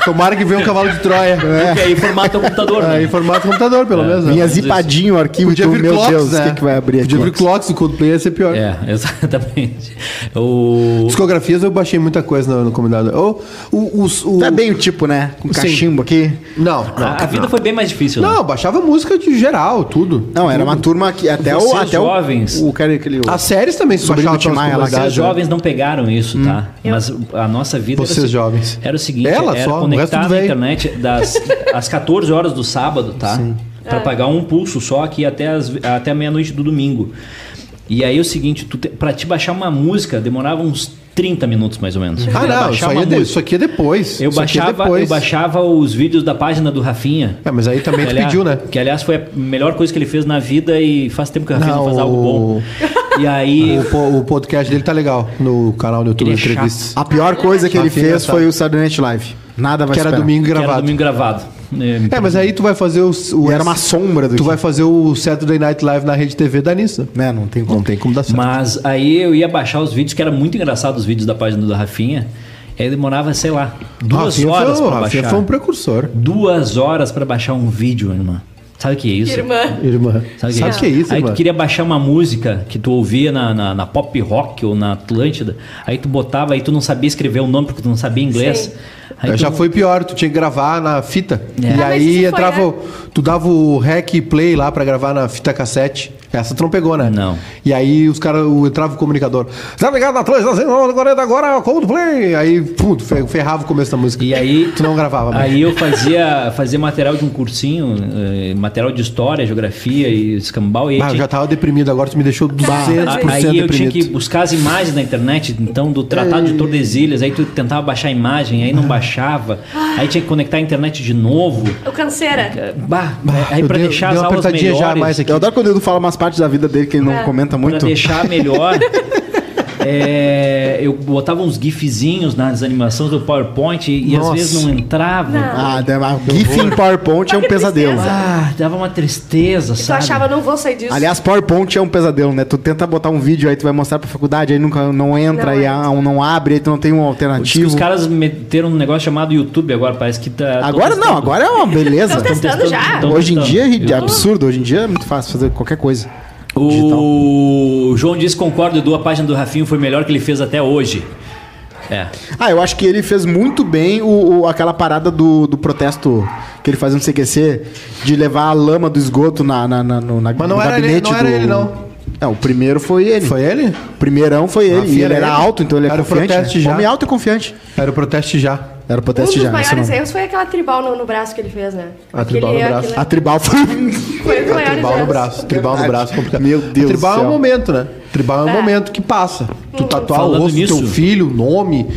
Tomara que venha um cavalo de Troia.
Porque aí formata o computador.
É, em
né?
formato computador, pelo menos. né?
Vinha zipadinho o arquivo,
Podia
tu,
vir
meu
Clocks,
Deus, o
né?
que, que vai abrir aqui?
Podia vir Clocks, o Coldplay ia ser pior.
É, exatamente. O.
Discografias eu baixei muita coisa no, no combinado. Ou o, os- o-
Tá bem o tipo, né? Com
Sim.
cachimbo aqui.
Não, não.
A, a vida foi bem mais difícil. né?
Não, eu baixava música de geral, tudo.
Não, era uma turma que até o.
Vocês
Até
jovens.
O, o cara aquele. o-
As séries também se
Sobrinho
baixava
do Tim
pelas
Maia lá,
Vocês
comunidades, né? Hum.
jovens não pegaram isso, tá? Mas a nossa vida
Vocês
era, o se-
jovens.
era o seguinte,
Ela
era
só, o resto
conectar
tudo
na
velho.
internet das às 14 horas do sábado, tá? Pra pagar um pulso só aqui até as, até a meia-noite do domingo. E aí o seguinte, tu te, pra te baixar uma música, demorava uns 30 minutos mais ou
né?
menos.
Ah,
Pra
não,
baixar
isso, aí
uma
é de-
música.
isso aqui é depois.
Eu
isso aqui é
baixava, eu
depois.
baixava os vídeos da página do Rafinha.
É, mas aí também tu
Aliás-
pediu, né?
Que aliás foi a melhor coisa que ele fez na vida e faz tempo que o Rafinha não,
Não,
faz algo bom. E aí.
é
O, Ah, po- o podcast dele tá legal no canal do YouTube
Ele é
Entrevistas.
A pior coisa que ele
Rafinha
fez
sabe.
foi o Saturday Night Live. Nada vai
Que era
superar.
domingo
que era
gravado.
domingo gravado.
É, mas aí tu vai fazer o. o-
E era uma sombra do
Tu
que-
vai fazer o Saturday Night Live na rede TV da Nissa.
Né, não tem como.
Não tem como dar certo.
Mas aí eu ia baixar os vídeos, que era muito engraçado os vídeos da página do Rafinha. Aí demorava, sei lá, duas
Rafinha
horas
foi,
pra
Rafinha
baixar.
foi um precursor.
Duas horas pra baixar um vídeo, irmã. Sabe o que é isso?
Irmã.
Irmã.
Sabe o
Sabe o que é isso,
Aí
irmã?
tu queria baixar uma música que tu ouvia na, na, na pop rock ou na Atlântida. Aí tu botava, aí tu não sabia escrever o nome porque tu não sabia inglês.
Sim.
Aí tu-
já foi pior, tu tinha que gravar na fita.
Ah,
E
mas isso
aí
foi,
entrava.
né?
o- Tu dava o rec e play lá pra gravar na fita cassete. Essa tu não pegou, né?
Não.
E aí os caras o- entrava o comunicador. Tá ligado na trans, agora é agora Coldplay. Aí, pum, tu fe- ferrava o começo da música.
E aí-
tu não gravava, mais.
Aí eu fazia, fazia material de um cursinho, eh, material de história, geografia e escambau. E aí
Ah, eu
tinha-
já tava deprimido, agora tu me deixou 200%
Aí eu tinha que
deprimido.
buscar as imagens na internet, então, do Tratado de Tordesilhas. Aí tu tentava baixar a imagem, aí não baixava. Aí tinha que conectar a internet de novo.
Eu canseira.
Eh, Bah, aí
eu
pra
dei-
deixar
dei
as
uma
aulas
apertadinha já
melhores,
mais aqui.
Eu adoro quando o Edu fala umas partes da vida dele que ele não
É.
comenta
pra
muito.
deixar melhor... eh, eu botava uns gifzinhos nas animações do PowerPoint e, às
Nossa.
vezes não entrava.
Ah, a GIF em PowerPoint é um
Mas que
pesadelo.
tristeza.
Ah, dava uma tristeza,
Tu
sabe?
achava, não vou sair disso.
Aliás, PowerPoint é um pesadelo, né? Tu tenta botar um vídeo, aí tu vai mostrar pra faculdade, aí nunca não entra,
Não
e
entra.
a- um não abre, aí tu não tem um
Diz que
alternativo.
os caras meteram um negócio chamado YouTube agora, parece que tá... tô
Agora não,
testando.
agora é uma beleza.
Estão testando
testando,
já.
então.
Hoje em
testando.
dia é rid-
Eu tô-
absurdo, hoje em dia é muito fácil fazer qualquer coisa.
O João diz concordo, Edu, a página do Rafinho foi melhor que ele fez até hoje. É.
Ah, eu acho que ele fez muito bem o, o- aquela parada do, do protesto que ele fazia no CQC, de levar a lama do esgoto na, na, na- no, na-
Mas não
no
era ele-
gabinete
não era
do...
ele, não.
Não, o primeiro foi ele.
Foi ele?
O primeirão foi ele.
Rafinha
e ele
era
era
ele.
alto, então ele é
Era o
confiante.
protesto
né?
já.
Homem alto e confiante.
Era o protesto já.
Era o
um
protesto
dos
já. né? esse
maiores
não.
erros foi aquela tribal no, no braço que ele fez, né?
A tribal no braço.
A tribal foi.
foi um dos maiores
Tribal no
erros.
braço, tribal no braço, complicado.
Meu Deus
Tribal
do
é
céu. Hum.
um momento, né? Tribal é um
É.
momento que passa. Tu tatuar o
Falando
rosto do teu
nisso-
filho, o nome.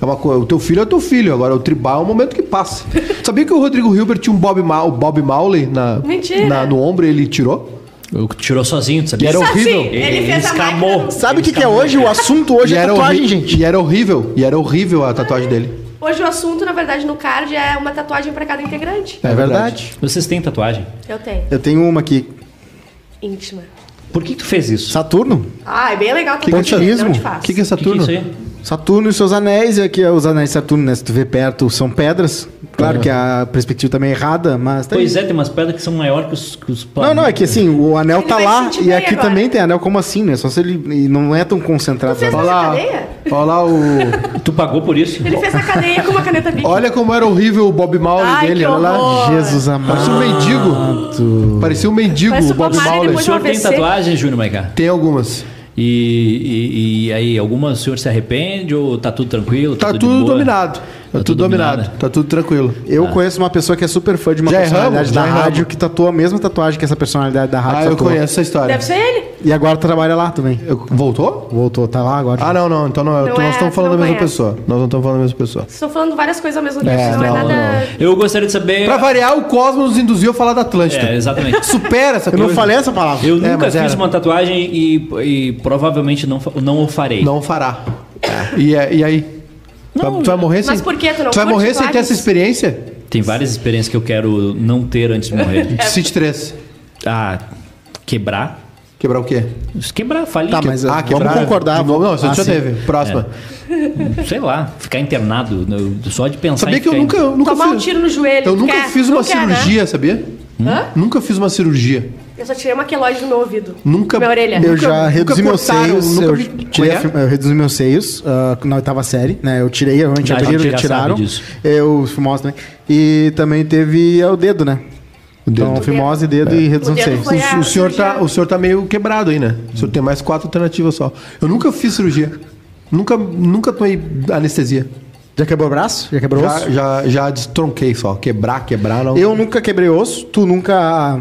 É uma coisa, o teu filho é o teu filho, agora o tribal é um momento que passa. Sabia que o Rodrigo Hilbert tinha um Bob, Ma o Bob Mauley na,
Mentira.
na- no ombro e ele tirou?
Eu- Tirou sozinho, tu
E
sabia?
era
Isso
horrível.
assim, ele,
Ele
fez a
escamou.
máquina.
Sabe o que, que é hoje? O assunto hoje
e,
é
era
tatuagem,
horri-
gente.
e era horrível. E era horrível a tatuagem dele.
do- Hoje o assunto, na verdade, no card é uma tatuagem pra cada integrante.
É verdade.
Vocês têm tatuagem.
Eu tenho.
Eu tenho uma aqui.
Íntima.
Por que que tu fez isso?
Saturno?
Ah, é bem legal. Que
Pontianismo?
O que, que é
O que que é
Saturno?
isso aí?
Saturno e seus anéis, e aqui os anéis de Saturno, né? Se tu vê perto, são pedras. Claro
Uhum.
que a perspectiva também é errada, mas tá aí.
Pois é, tem umas pedras que são maiores que os, que os
Não, não, é que assim, o anel
Ele
tá
vai
lá
se sentir
e
bem
aqui
agora.
também tem anel, como assim, né? Só se ele e não é tão concentrado.
Você-
Olha lá,
cadeia?
olha lá o...
Tu pagou por isso?
Ele fez a cadeia com uma caneta bic.
Olha como era horrível o Bob Mauley
Ai,
dele,
que
olha lá.
horror.
Jesus
Parecia um
amado.
mendigo. Parecia um mendigo
Parece
o
o
Bob
Bob Marley
Mauley.
O
depois de
senhor
um
tem
AVC.
tatuagem, Júnior Maiká?
Tem algumas.
E, e, e aí, alguma o senhor se arrepende ou tá tudo tranquilo?
Tá
de
tudo
boa?
dominado. Tá, tudo, dominado.
dominado.
Tá tudo tranquilo.
Eu conheço uma pessoa que é super fã de uma
Ah. Já
personalidade
erramos,
da
já erramos.
rádio que tatuou a mesma tatuagem que essa personalidade da rádio
Ah, eu
tatuou.
conheço essa história.
Deve ser ele.
E agora trabalha lá também.
Eu- voltou?
Voltou, tá lá agora.
Ah, não, não. Então não, é-
Não
nós
é,
estamos falando da
não
mesma
conhece.
pessoa. Nós não estamos falando da mesma pessoa.
Vocês estão falando várias coisas ao mesmo tempo.
É,
não, é
não,
nada.
Eu gostaria de saber...
Pra variar, o Cosmos nos induziu a falar da Atlântida.
É, exatamente.
Supera essa
eu
coisa.
não falei assim. essa palavra.
Eu
É,
nunca
mas
fiz
era.
uma tatuagem e, e provavelmente não, fa- não o farei.
Não fará. E, é- e aí? Vai- tu vai morrer sem...
Mas por que tu não
Tu vai
curte
morrer sem ter
tatuagens?
essa experiência?
Tem várias experiências que eu quero não ter antes de morrer.
É.
City 3.
ah, quebrar.
Quebrar o quê?
Quebrar, falir.
Tá,
que-
mas vamos concordar.
Ah, De novo? Não, isso
Ah,
já
sim.
teve. Próxima.
Sei lá, ficar internado. eu- Só de pensar
ah, Sabia
em
que eu
ficar
nunca, eu nunca
Tomar um
fiz...
tiro no joelho.
eu
tu
nunca
quer?
fiz
Tu
uma
quer, né?
cirurgia, sabia?
Hã?
Nunca fiz uma cirurgia.
Eu só tirei uma queloide do meu ouvido.
Nunca-
Minha orelha.
Eu
Nunca-
já reduzi
nunca
meus
cortaram,
seios.
nunca
Eu,
me-
tirei a
Como é?
fi- eu reduzi meus seios ah, na oitava série, né? Eu tirei, eu
Ah, a gente
abriram,
já
tiraram.
sabe disso.
Eu fimose também. E também teve ah, o dedo, né?
O dedo.
Então, fimose, dedo
É.
e redução
O
de
dedo
seios.
foi a-
O, o senhor
É, cirurgia.
tá, o senhor tá meio quebrado aí, né? O senhor tem mais quatro alternativas só. Eu nunca fiz cirurgia. Nunca, nunca tomei anestesia.
Já quebrou o braço? Já quebrou o
Já,
osso?
já, já destronquei só. Quebrar, quebrar, não.
ah, Eu nunca quebrei osso, tu nunca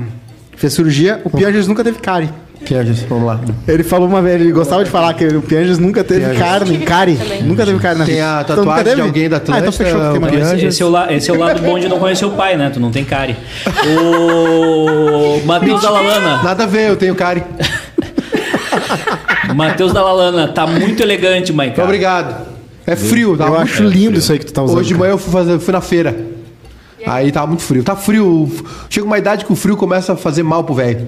fez cirurgia, o Piangers nunca teve cárie.
Pianges, vamos lá.
Ele falou uma vez, ele gostava de falar que o Pianges nunca teve
Pianges.
carne, cari, nunca teve carne na
Tem
vida.
a
Então,
tatuagem
nunca teve?
de alguém da
Ah, então
Atlântida,
fechou,
o
fiquei mais-
Pianges.
Esse, esse é o la- esse é o lado bom de não conhecer o pai, né? Tu não tem care. O Matheus Dalalana.
Nada a ver, eu tenho cari.
Matheus Dalalana, tá muito elegante, Maica.
Obrigado. É frio, tá?
Eu
muito
acho um lindo isso aí que tu tá usando.
Hoje de
cara.
manhã eu fui, fazer- fui na feira. Aí tava muito frio. Tá frio. Chega uma idade que o frio começa a fazer mal pro velho.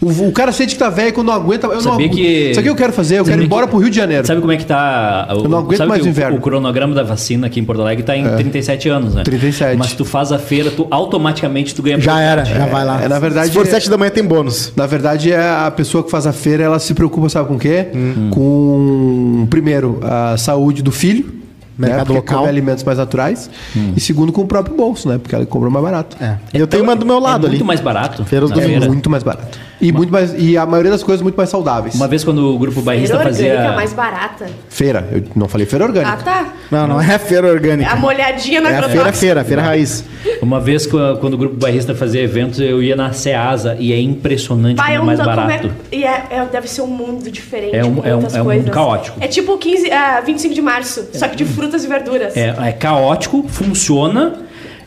O, o cara sente que tá velho quando não aguenta. Eu não
Sabia
aguento.
que-
Isso aqui eu quero fazer, eu quero ir
Sabia
embora
que-
pro Rio de Janeiro.
Sabe como é que tá. O,
Eu não aguento
sabe
mais
que
o inverno. É.
O, cronograma da vacina aqui em Porto Alegre tá em 37 anos, né?
37.
Mas tu faz a feira, tu automaticamente tu ganha
Já
presente.
era, já vai lá.
é, na verdade,
Se for
é-
sete da manhã tem bônus.
Na verdade, é a pessoa que faz a feira, ela se preocupa, sabe com o quê?
Hum.
Com, primeiro, a saúde do filho.
Mercado
né? Porque
local.
come alimentos mais naturais.
Hum.
E segundo, com o próprio bolso, né? Porque ela comprou mais barato. é
É. Eu tenho uma do meu lado
é
ali.
Muito mais barato.
Feiras
na
do
feira.
Muito mais barato. E, muito mais, e a maioria das coisas muito mais saudáveis.
Uma vez quando o grupo bairrista
Feira orgânica
fazia.
é mais barata.
Feira. Eu não falei feira orgânica.
Ah, tá.
Não, não é feira orgânica.
A molhadinha na
É a feira, feira, feira raiz.
Uma vez qu- quando o grupo bairrista fazia eventos, eu ia na Ceasa e é impressionante
Vai
como é mais barato.
é, e é, é- deve ser um mundo diferente.
É um-
com
é um-
muitas
é um
coisas.
caótico.
É tipo o 15, ah, 25 de março, só que de frutas e verduras.
É, é caótico, funciona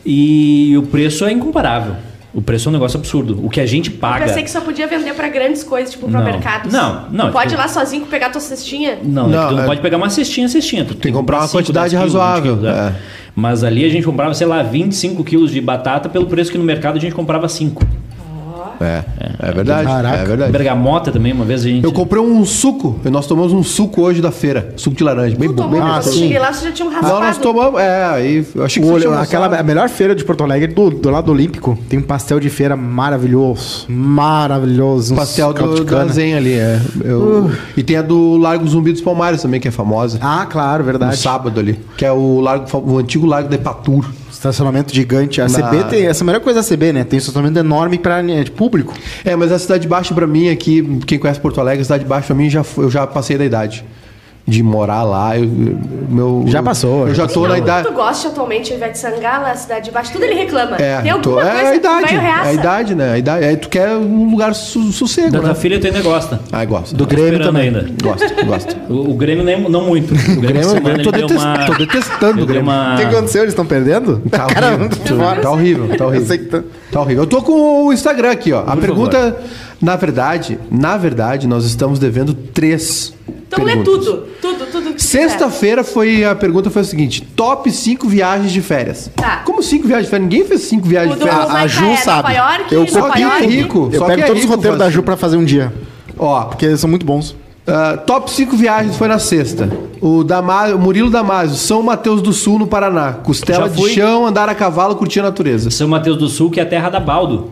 e o preço é incomparável. O preço é um negócio absurdo. O que a gente
Eu
paga.
pensei que só podia vender pra grandes coisas, tipo pra
Não.
mercados.
Não, não,
Pode
tipo-
ir lá sozinho pegar tua cestinha?
Não, é
Não,
que tu não
é-
pode pegar uma cestinha, cestinha. Tu
que comprar uma
cinco,
quantidade
dez quilos, vinte
razoável,
quilos, é.
é.
Mas ali a gente comprava, sei lá, 25 quilos de batata pelo preço que no mercado a gente comprava 5.
É, é verdade.
Caraca.
É verdade.
Bergamota também, uma vez a gente.
Eu comprei um suco, e nós tomamos um suco hoje da feira. Suco de laranja, bem
Tu
bom.
tomou
Bem
quando
Ah,
eu
sim.
cheguei lá, você já tinha um raspado.
Não, nós tomamos. É, aí eu achei
O
que você
olho,
tinha
aquela, é
almoçado.
a melhor feira de Porto Alegre, do, do lado Olímpico, tem um pastel de feira maravilhoso. Maravilhoso.
O
uns
pastel
é caldo
do,
de
da
cana. Uh.
Zen ali. É. Eu- E tem a do Largo Zumbi dos Palmares também, que é famosa.
Ah, claro,
No
verdade.
sábado ali. Que é o, largo, o antigo Largo de Patur.
Estacionamento gigante. A
Na-
CB tem. Essa é a melhor coisa da CB, né? Tem um estacionamento enorme pra né, de público.
É, mas a Cidade Baixa pra mim aqui, quem conhece Porto Alegre, a Cidade Baixa pra mim, já, fo- eu já passei da idade. De morar lá, eu, eu- meu,
Já passou,
Eu
já
já tô na idade.
Tu gosta atualmente, Ivete Sangala, a Cidade de Baixo, tudo ele reclama.
É,
Tem
tô-
alguma
é
coisa
a idade.
que tu
É
reaça.
a idade, né? A idade. Aí tu quer um lugar su sossego,
Da tua
né?
filha tu ainda gosta.
Ah, gosto.
Do Grêmio
esperando
também.
ainda.
Gosto, gosto.
O, o Grêmio nem- não muito. O Grêmio, essa semana,
eu tô,
ele deu
detest-
uma-
tô detestando
ele
o
deu
Grêmio.
uma-
O que aconteceu? Eles estão perdendo?
Tá horrível.
de fora.
Tá horrível, tá
Eu sei que tá-
horrível. Tá horrível. Eu tô com o Instagram aqui, ó. A
Por
pergunta, na verdade, na verdade, nós estamos devendo três.
Então lê
perguntas.
tudo, tudo, tudo. que tu
Sexta-feira foi a pergunta foi a seguinte: top 5 viagens de férias.
Tá.
Como 5 viagens de férias? Ninguém fez 5
quiser.
viagens
O
de
do
férias. Ah,
Mosaica
Ju
é
sabe.
Nova York,
Eu
Nova
copiei
York.
rico.
Eu
Só
pego
que é
todos os
rico
roteiros da
fazer.
Ju pra fazer um dia.
Ó,
Porque eles são muito bons.
ah, top 5 viagens foi na sexta. O Dama- o Murilo Damasio, São Mateus do Sul, no Paraná. Costela
Já
de
fui.
chão, andar a cavalo, curtir a natureza.
São Mateus do Sul, que é a terra da Baldo.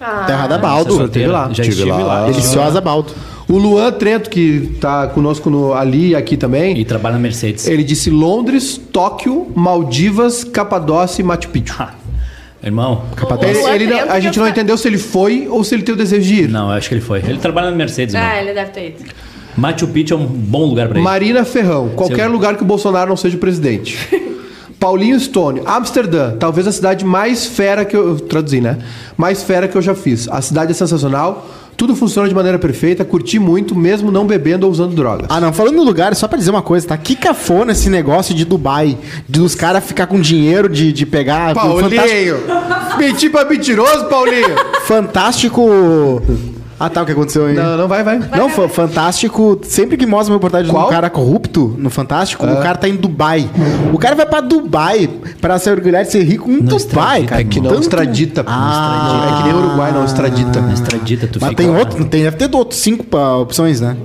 Ah,
Terra da Baldo.
sorteio.
lá.
Já
Tive
estive
lá.
lá.
Deliciosa Baldo.
O Luan Trento, que tá conosco no- ali e aqui também.
E trabalha na Mercedes.
Ele disse Londres, Tóquio, Maldivas, Capadócia e Machu Picchu.
Ah, irmão.
O Luan
Ele- ele não-
Trento
a gente
já
não
tá-
entendeu se ele foi ou se ele tem o desejo de ir.
Não, eu acho que ele foi. Ele trabalha na Mercedes, irmão.
Ah, ele deve ter ido.
Machu Picchu é um bom lugar pra ele.
Marina Ferrão, qualquer
Seu-
lugar que o Bolsonaro não seja o presidente. Paulinho Stone, Amsterdã, talvez a cidade mais fera que eu. eu Traduzi, né? Mais fera que eu já fiz. A cidade é sensacional, tudo funciona de maneira perfeita, curti muito, mesmo não bebendo ou usando drogas.
Ah, não. Falando no lugar, só pra dizer uma coisa, tá? Que cafona esse negócio de Dubai. De os caras ficar com dinheiro, de, de pegar... o tá, Fantástico,
Mentir pra mentiroso, Paulinho!
fantástico... Ah, tá. O que aconteceu aí?
não, não vai, vai.
Não, foi fantástico. Sempre que mostra uma reportagem de um
Qual? Ah.
cara corrupto no Fantástico, o cara tá em Dubai. O cara vai pra Dubai pra se orgulhar de ser rico em Dubai,
extradita,
cara.
É que não
Tanto- né?
extradita, pô,
Ah.
não extradita. É que nem o Uruguai não extradita.
Estradita, tu
Mas
fica
tem
lá.
outro, tem, deve ter outros cinco pa- opções, né?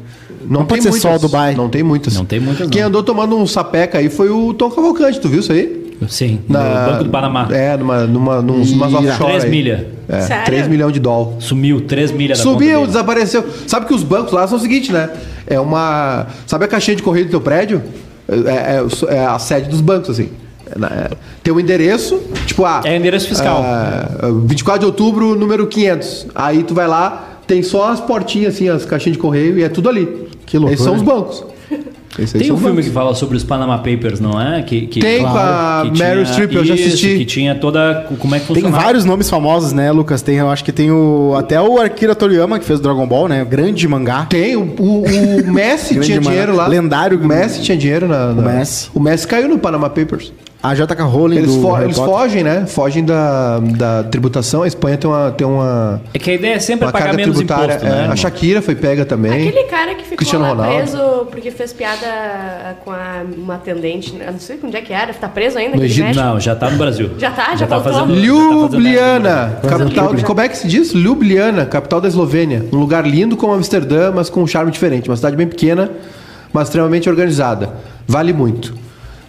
Não, pode ser
muitas.
só o Dubai.
Não tem muitas.
Não tem muitas,
Quem
não.
andou tomando um sapeca aí foi o Tom Cavalcante, tu viu isso aí?
Sim,
Na-
no Banco do Panamá.
É, numa, numa, num, umas
Ira.
offshore.
Três
aí.
milha.
É,
Sério?
3 milhões de dólar.
Sumiu 3 milhas da conta
Subiu,
dele.
desapareceu. Sabe que os bancos lá são o seguinte, né? É uma. Sabe a caixinha de correio do teu prédio? É, é- é o- é a sede dos bancos, assim. É na- é- tem um endereço, tipo, ah.
É endereço fiscal.
ah, 24 de outubro, número 500. Aí tu vai lá, tem só as portinhas, assim, as caixinhas de correio, e é tudo ali.
Que loucura,
Esses são os
hein?
bancos.
Esse aí
Tem
são
um filme
vários.
que fala sobre os Panama Papers, não é? Que, que-
Tem com a
que tinha-
Meryl Streep, eu já
isso,
assisti.
Que tinha toda. Como é que
Tem
funcionava?
vários nomes famosos, né, Lucas? Tem, eu acho que tem o. Até o Akira Toriyama, que fez o Dragon Ball, né? Grande mangá.
Tem, o, o- o Messi
Grande
tinha
mano.
dinheiro lá.
Lendário.
O Messi tinha dinheiro na. na-
O Messi.
O Messi caiu no Panama Papers.
A J.K. Rowling
Eles,
do
fo-
Harry
eles
Potter.
fogem, né? Fogem da, da tributação. A Espanha tem uma. Tem uma
É que a ideia é sempre
uma
pagar
carga
menos imposto,
tributária.
né?
é.
irmão?
a Shakira foi pega também.
Aquele cara que ficou
Cristiano
lá
Ronaldo.
preso porque fez piada com a- uma atendente, né? Eu não sei onde é que era, tá preso ainda?
No
aquele
Egito.
médico?
Não, já tá no Brasil.
Já tá? Já voltou?
fazendo- já tá fazendo-
Ljubljana, capital.
Ljubljana.
Como é que se diz? Ljubljana, capital da Eslovênia. Um lugar lindo como Amsterdã, mas com um charme diferente. Uma cidade bem pequena, mas extremamente organizada. Vale muito.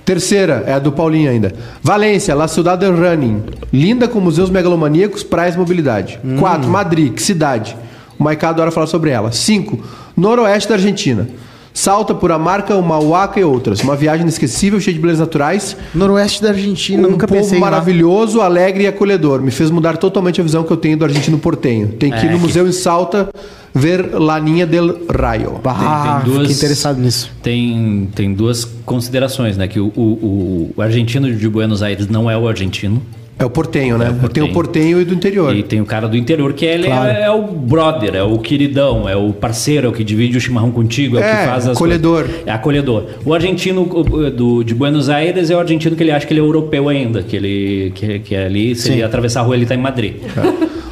Terceira, é a do Paulinho ainda. Valência, La Ciudad Running. Linda com museus megalomaníacos, praias e mobilidade. Quatro, Madrid, que cidade. O Maiká adora falar sobre ela. Cinco, Noroeste da Argentina. Salta por Amarca, Mauaca e outras. Uma viagem inesquecível, cheia de belezas naturais,
Noroeste da Argentina,
um
nunca
povo
pensei em ir lá.
maravilhoso, alegre e acolhedor. Me fez mudar totalmente a visão que eu tenho do argentino portenho. Tem que ir no museu em Salta ver Laninha del Rayo.
Ah,
tem duas-
fiquei interessado nisso.
Tem, tem duas considerações, né? Que o, o, o- o argentino de Buenos Aires não é o argentino.
É o portenho, né? Tem
portenho.
o portenho e do interior.
E tem o cara do interior que ele é- é, o brother, é o queridão, é o parceiro, é o que divide o chimarrão contigo, é, o
É,
que faz as
acolhedor.
coisas. É acolhedor. O argentino o- o- do, de Buenos Aires é o argentino que ele acha que ele é europeu ainda, que ele que, que é ali, se ele atravessar a rua, ele tá em
É.
Madrid.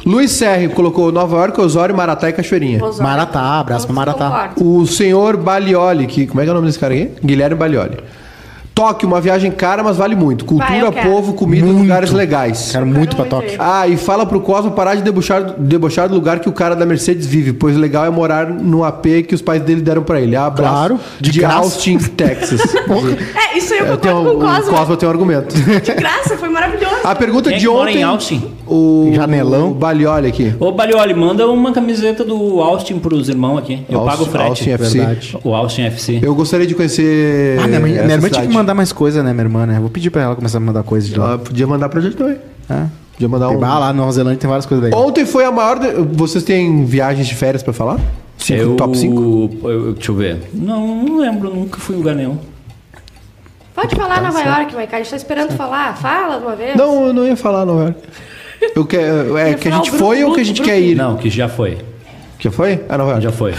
Luiz Serri colocou Nova York, Osório, Maratá e Cachoeirinha.
Osório.
Maratá, abraço pra Maratá.
Concordo.
O senhor Balioli, que como é que é o nome desse cara aqui? Guilherme Balioli. Tóquio, uma viagem cara, mas vale muito.
Vai,
Cultura,
eu quero.
povo, comida, e lugares legais.
Quero muito pra
muito
Tóquio.
ir.
Ah, e fala pro Cosmo parar de debochar, debochar do lugar que o cara da Mercedes vive, pois o legal é morar no AP que os pais dele deram pra ele. Abraço
Claro, de
de,
graça.
Austin, Texas.
É, isso aí eu
eu tenho,
concordo
o
com o Cosmo.
Cosmo tem um argumento.
De graça, foi maravilhoso.
A pergunta
Quem é
de
que mora
ontem.
em Austin?
O
Janelão.
o Balioli aqui.
Ô, Balioli, manda uma camiseta do Austin pros irmãos aqui. Eu
Austin-
pago o
Austin
frete.
FC.
Verdade.
o Austin FC.
Eu gostaria de conhecer.
Ah, minha, mãe-
É, essa
minha irmã tinha
cidade.
que mandar mais coisa, né, minha irmã, né? Vou pedir pra ela começar a mandar coisa de lá.
Ela podia mandar pra gente também.
É.
Podia mandar
Tem,
um.
ah, lá na Nova Zelândia tem várias coisas daí.
Ontem foi a maior. de- Vocês têm viagens de férias pra falar? Cinco,
Eu-
Top 5?
eu- deixa eu ver. Não, não lembro, nunca fui em lugar nenhum.
Pode falar Nova York, Maiká. A gente tá esperando falar. Fala de uma vez.
Não, eu não ia falar, não, velho. Eu que, é
É. Ia
que a
falar
gente
o Bruno,
foi ou que a gente
Bruno,
quer ir?
Não, que já foi.
Já foi? Ah, não, vai.
Já foi.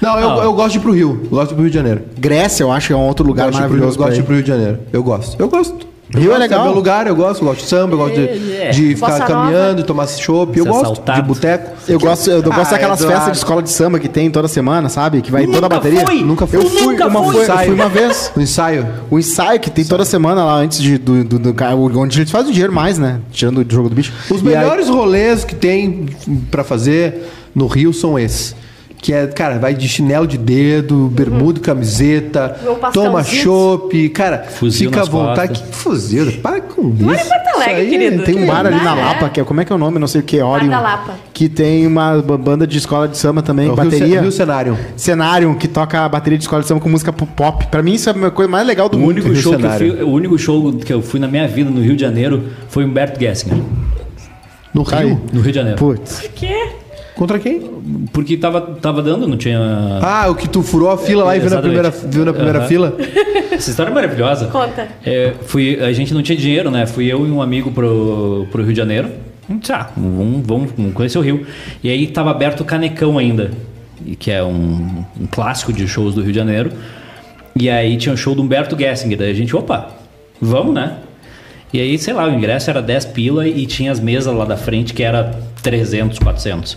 Não, eu,
Não.
eu gosto de ir pro Rio. Eu gosto de ir pro Rio de Janeiro.
Grécia, eu acho que é um outro lugar
gosto de ir pro Rio,
maravilhoso.
eu gosto de ir
pra
pro Rio de Janeiro. Eu gosto. Eu gosto. Eu
Rio é
gosto,
legal.
meu lugar, eu gosto. Eu gosto de samba, eu gosto de, de ficar
É, Bossa
caminhando, de tomar chopp. Eu é
Ser
gosto
assaltado.
de boteco.
ir. Eu gosto, eu gosto
Ah,
daquelas
Eduardo.
festas de escola de samba que tem toda semana, sabe? Que vai toda a bateria.
fui!
Nunca fui.
Eu fui,
Nunca
uma,
fui!
foi- eu
Ensaio.
fui uma vez.
O Um ensaio.
O ensaio que tem toda semana lá antes de, do, do, do cara, onde eles fazem o dinheiro mais, né? Tirando o jogo do bicho.
Os
E aí-
melhores rolês que tem pra fazer no Rio são esses. Que é, cara, vai de chinelo de dedo, bermuda, e camiseta,
Meu pastelzinho.
toma chopp, cara,
Fuzil
fica à
nas
vontade.
costas.
Que fuzil, para com isso.
Mora em Porto Alegre,
Isso aí
querido.
Tem um
Que
bar ali na
bar, é?
Lapa, que é, como é que é o nome? Não sei o que, Orion.
da Lapa.
Que tem uma ba- banda de escola de samba também,
É o Rio
bateria.
Ce- Rio Cenarium.
Cenário, que toca a bateria de escola de samba com música pro pop. Pra mim, isso é a coisa mais legal do
O
mundo.
único, show que eu
cenário.
fui, o único show que eu fui na minha vida no Rio de Janeiro foi Humberto Gessinger,
No
Tá aí.
Rio?
no Rio de Janeiro.
Putz.
Por quê?
Contra quem?
Porque tava, tava dando, não tinha.
Ah, o que tu furou a fila lá e viu na
Exatamente.
primeira, viu na primeira
Aham.
fila?
Essa história é maravilhosa.
Conta.
É, fui, a gente não tinha dinheiro, né? Fui eu e um amigo pro, pro Rio de Janeiro. Hum, Tá, vamos, vamos, vamos conhecer o Rio. E aí tava aberto o Canecão ainda, e que é um, um clássico de shows do Rio de Janeiro. E aí tinha o show do Humberto Gessinger. Daí a gente, opa, vamos, né? E aí, sei lá, o ingresso era 10 pila e tinha as mesas lá da frente que era 300, 400.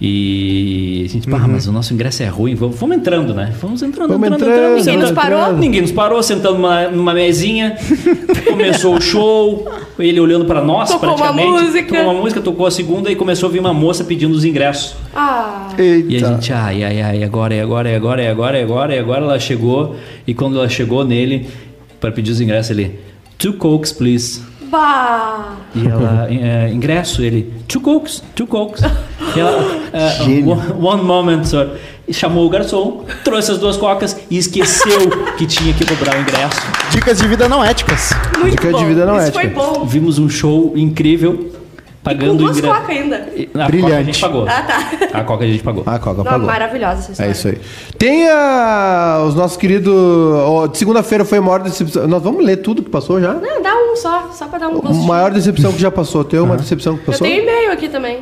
E a gente, pá, mas o nosso ingresso é ruim, vamos, vamos entrando, né? Vamos entrando,
Uhum. Vamos
entrando,
entrando,
entrando,
Ninguém nos parou?
Ninguém Ninguém nos parou, sentando numa, numa mesinha. Começou o show, ele olhando pra nós
Tocou uma
praticamente.
música.
Tocou uma música, tocou a segunda e começou a vir uma moça pedindo os ingressos.
Ah,
E a gente, ai, ai, ai, agora, e agora, e agora, e agora, e agora, e agora ela chegou. E quando ela chegou nele, pra pedir os ingressos, ele, two cokes, please.
bah.
E ela, é, ingresso, ele, two cokes, two cokes. E ela, é, one, one moment, sir. E chamou o garçom, trouxe as duas cocas e esqueceu que tinha que cobrar o ingresso.
Dicas de vida não éticas.
Muito
Dica de
bom.
vida não é.
Isso
ética.
foi bom.
Vimos um show incrível.
Com
pagando
duas
ingre-
cocas ainda.
E- A
Brilhante.
Coca a gente pagou.
Ah, tá.
A Coca a gente pagou.
Ah, Coca
Não,
pagou.
maravilhosa essa história.
É isso aí. Tem ah, os nossos queridos. ó, de segunda-feira foi a maior decepção. Nós vamos ler tudo que passou já?
Não, dá um só, só pra dar um
A
gosto.
maior decepção que já passou. Tem uma decepção que
Eu
passou?
tenho e-mail aqui também. É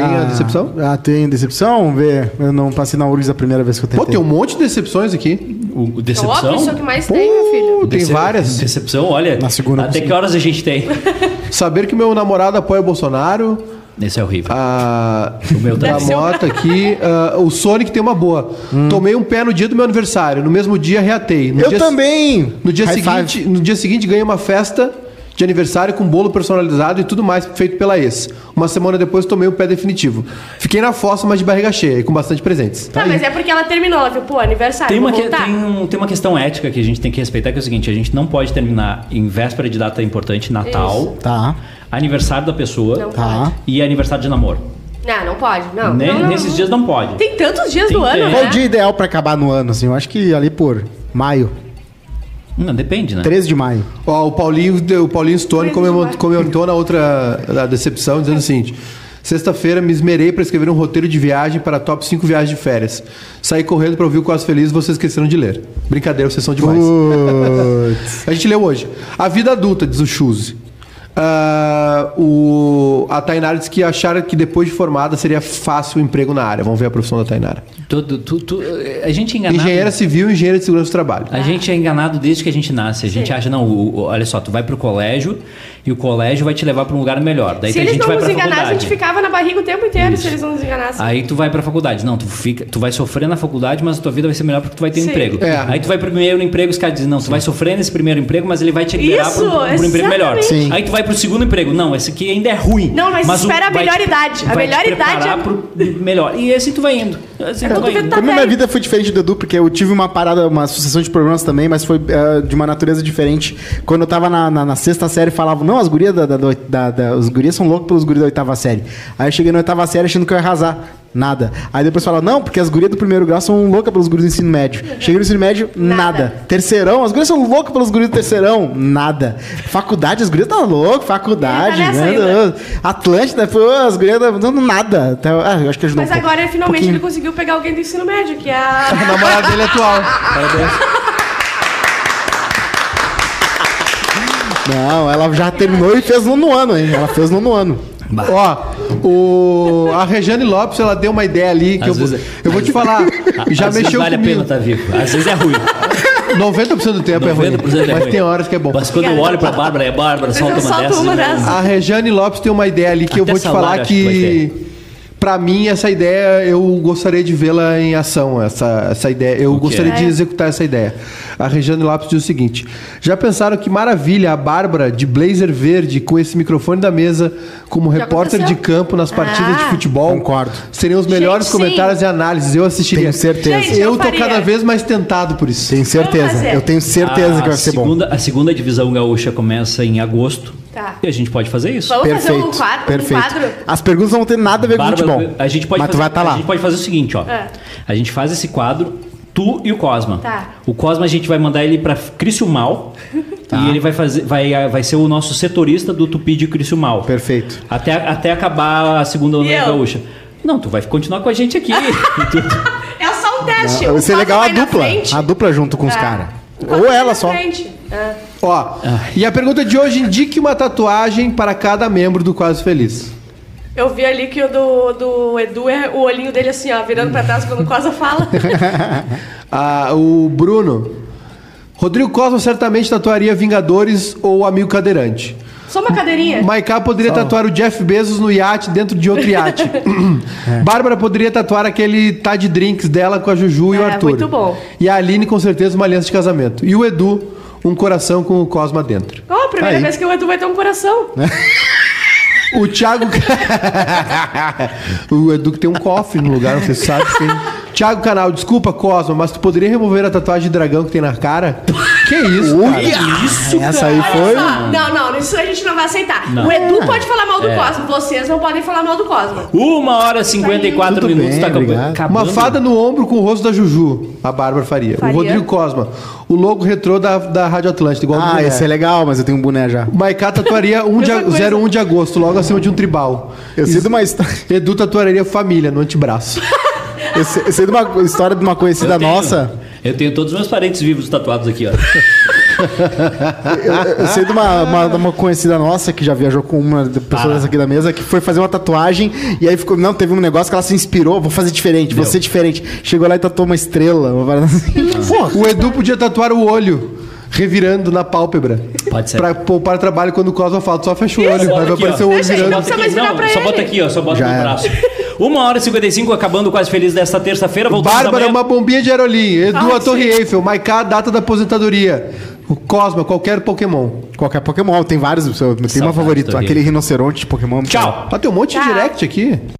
Tem a
Ah,
decepção?
Ah, tem decepção? Vamos ver. Eu não passei na URGS a primeira vez que eu
Pô,
tentei.
tem um monte de decepções aqui.
O, o
É óbvio, isso é o que
decepção?
mais tem, meu filho.
Pô, tem
Dece-
várias.
Decepção, olha.
Na segunda eu
Até
consigo.
que horas a gente tem?
Saber que meu namorado apoia o Bolsonaro.
Esse é
Ah,
horrível.
A,
O meu
da
um
também.
moto aqui. ah, o Sonic tem uma boa. Tomei um pé no dia do meu aniversário. No mesmo dia reatei. No
Hum. Eu
dia-
também!
No dia,
High five.
seguinte, no dia seguinte ganhei uma festa de aniversário com bolo personalizado e tudo mais feito pela ex. Uma semana depois tomei o pé definitivo. Fiquei na fossa, mas de barriga cheia e com bastante presentes.
Tá, mas é porque ela terminou, ela viu? Pô, aniversário,
Tem uma,
vou
que-
voltar.
tem, um- tem uma questão ética que a gente tem que respeitar, que é o seguinte, a gente não pode terminar em véspera de data importante, Natal,
Tá.
aniversário da pessoa
Não
Tá.
pode.
e aniversário de namoro.
Não, não pode, Então. não.
Ne-
não, não,
Nesses
não.
dias não pode.
Tem tantos dias
Tem
do ano,
tempo.
né?
Qual o dia ideal pra acabar no ano, assim? Eu acho que ali por maio.
Não, depende, né?
13 de maio.
Ó, o Paulinho, o Paulinho Stone
Presente
comemo-
demais.
comentou na outra na decepção, dizendo o seguinte: Sexta-feira me esmerei para escrever um roteiro de viagem para top 5 viagens de férias. Saí correndo para ouvir o Quase Feliz e vocês esqueceram de ler. Brincadeira, vocês são demais.
Putz.
A gente leu hoje. A vida adulta, diz o Chuse. Ah, o, a Tainara disse que acharam que depois de formada seria fácil o emprego na área. Vamos ver a profissão da Tainara.
Tudo- tu- tu- a gente é enganado.
Engenheira civil e engenheira de segurança do trabalho.
A gente é enganado desde que a gente nasce. A gente acha, não, o- o- olha só, tu vai pro colégio e o colégio vai te levar pra um lugar melhor. Daí
Se
a
eles
gente
não
vai
nos
pra
enganassem, a
faculdade.
gente assim. ficava na barriga o tempo inteiro se eles não nos enganassem.
Aí tu vai pra faculdade. Não, tu, fica, tu vai sofrer na faculdade, mas a tua vida vai ser melhor porque tu vai ter um
Sim.
emprego.
É.
Aí tu vai pro primeiro emprego, os caras dizem, não, tu vai sofrer nesse primeiro emprego, mas ele vai te liberar
Isso,
pro, pro um emprego melhor.
exatamente.
Sim.
Aí tu vai pro segundo emprego. Não, esse aqui ainda é ruim.
Não, mas
o-
espera a
vai te-
melhor idade. A
vai te
melhor idade
preparar
é-
pro melhor. E assim tu vai indo. Assim tu
tudo
vai indo.
Tá
Pra mim, minha
bem.
vida foi diferente do Edu, porque eu tive uma parada, uma sucessão de problemas também, mas foi eh, de uma natureza diferente. Quando eu tava na, na- na sexta série, falavam, não, as gurias da, da- da- da- da- os gurias são loucos pelos gurias da oitava série. Aí eu cheguei na oitava série achando que eu ia arrasar. Nada. Aí depois falaram, não, porque as gurias do primeiro grau são loucas pelos gurias do ensino médio. Cheguei no ensino médio, nada.
Nada.
Terceirão, as gurias são loucas pelos gurias do terceirão, nada. Faculdade, as gurias estão loucas, faculdade,
Ele tá nessa
né?
ainda.
Atlântida, pô, as gurias não nada. Então, ah, eu acho que ajudou
Mas
um pouco.
agora, é finalmente,
Pouquinho.
ele conseguiu pegar alguém do ensino médio, que é
A
a...
namorada dele é atual.
Não, ela já terminou e fez nono ano, hein? Ela fez nono ano.
Ó, o, a Rejane Lopes, ela deu uma ideia ali que eu,
Às
vou-
vezes-
eu vou te falar. Já
Às vezes
mexeu
vale a pena
comigo.
estar vivo. Às vezes é ruim.
90% do tempo é ruim.
90% é
mas
ruim.
tem horas que é bom.
Mas quando eu olho pra Bárbara, é Bárbara,
Mas
solta
eu
uma
solto
dessas.
uma
né?
dessas.
A Rejane Lopes tem uma ideia ali que eu
Até
vou te
salário
falar
acho que vai
que. Pra mim, essa ideia, eu gostaria de vê-la em ação, essa, essa ideia. Eu
quê?
gostaria de
É.
executar essa ideia. A Rejane Lopes diz o seguinte: Já pensaram que maravilha a Bárbara de blazer verde com esse microfone da mesa como repórter
aconteceu?
de campo nas partidas
Ah.
de futebol?
Concordo.
Seriam os melhores
Gente,
comentários e análises. Eu assistiria.
Tenho certeza.
Gente,
eu
eu
tô
faria.
cada vez mais tentado por isso.
Tenho
Vamos
certeza.
fazer.
Eu tenho certeza
a
que vai ser bom.
segunda, A segunda divisão gaúcha começa em agosto.
Tá.
E a gente pode fazer isso.
Vamos fazer
Perfeito.
um quadro?
perfeito.
Um quadro?
As perguntas não vão ter nada a ver com
Bárbara,
futebol.
a gente pode
Mas tu
fazer,
vai estar
A
lá.
gente pode fazer o seguinte, ó.
É.
A gente faz esse quadro, tu e o Cosma.
Tá.
O Cosma a gente vai mandar ele pra Criciúmal.
Tá.
E ele vai fazer vai, vai ser o nosso setorista do Tupi de Criciúmal.
Perfeito.
Até, até acabar a segunda onda
eu?
gaúcha. Não, tu vai continuar com a gente aqui.
É só um teste.
Ah,
o
Vai ser
Fábio
legal a
vai na
dupla.
frente.
A dupla junto com os
Tá.
caras.
O Fábio
Ou
vai
ela
na
só.
frente. É.
Ó,
Ah.
e a pergunta de hoje: indique uma tatuagem para cada membro do Quase Feliz.
Eu vi ali que o do, do Edu é o olhinho dele assim, ó, virando pra trás quando o Cosa fala.
Ah, o Bruno. Rodrigo Cosmo certamente tatuaria Vingadores ou Amigo Cadeirante.
Só uma cadeirinha.
Maiká poderia tatuar o Jeff Bezos no iate dentro de outro iate.
É.
Bárbara poderia tatuar aquele tá de drinks dela com a Juju e o
É,
Arthur.
muito bom.
E a Aline, com certeza, uma aliança de casamento. E o Edu, um coração com o Cosma dentro.
Qual a primeira
Aí.
vez que o Edu vai ter um coração?
O Thiago. o Edu que tem um cofre no lugar, você sabe. Tem... Thiago Canal, desculpa, Cosma, mas tu poderia remover a tatuagem de dragão que tem na cara? Que isso, cara?
isso, Essa aí
Olha
foi.
só, não, não, isso a gente não vai aceitar.
Não.
O Edu
É.
pode falar mal do Cosmo, vocês não podem falar mal do Cosmo.
Uma hora e 54
Tudo
minutos
bem,
tá acabando.
obrigado.
acabando.
Uma fada no ombro com o rosto da Juju, a Bárbara Faria.
Faria.
O Rodrigo Cosma, o logo retrô da, da Rádio Atlântica, igual
Ah, esse é legal, mas eu tenho um boné já.
O Maiká tatuaria 1 de,
Mesma coisa.
01 de agosto, logo acima de um tribal.
Eu sei de uma história.
Edu tatuaria família no antebraço.
Eu sei, eu sei de uma história de uma
Eu
conhecida
tenho-
nossa.
Eu tenho todos os meus parentes vivos tatuados aqui, ó.
Eu, eu sei de uma, uma, de uma conhecida nossa que já viajou com uma de- pessoa
Ah.
dessa aqui da mesa que foi fazer uma tatuagem e aí ficou. Não, teve um negócio que ela se inspirou, vou fazer diferente, vou
Deu.
ser diferente. Chegou lá e tatuou uma estrela. Uma parada assim. Porra,
O Edu podia tatuar o olho, revirando na pálpebra.
Pode ser.
Pra poupar trabalho quando o Cosma fala, só fecha o olho,
Bota
vai
aqui,
aparecer
ó.
o olho
Deixa aí,
virando.
bota- Só mais virar
não,
pra
só
ele.
bota aqui, ó. Só bota
Já
no
era.
braço. Uma hora e 55, acabando quase feliz desta terça-feira. Voltamos
Bárbara, é
amanhã.
uma bombinha de aerolim. Edu,
Ah,
a Torre Eiffel. Maiká, data da aposentadoria. O Cosma, qualquer Pokémon.
qualquer Pokémon, tem vários. Tem uma
Saudade,
favorita,
Torinho.
aquele rinoceronte de Pokémon.
Tchau.
Ah, tem um monte de
Tchau.
direct aqui.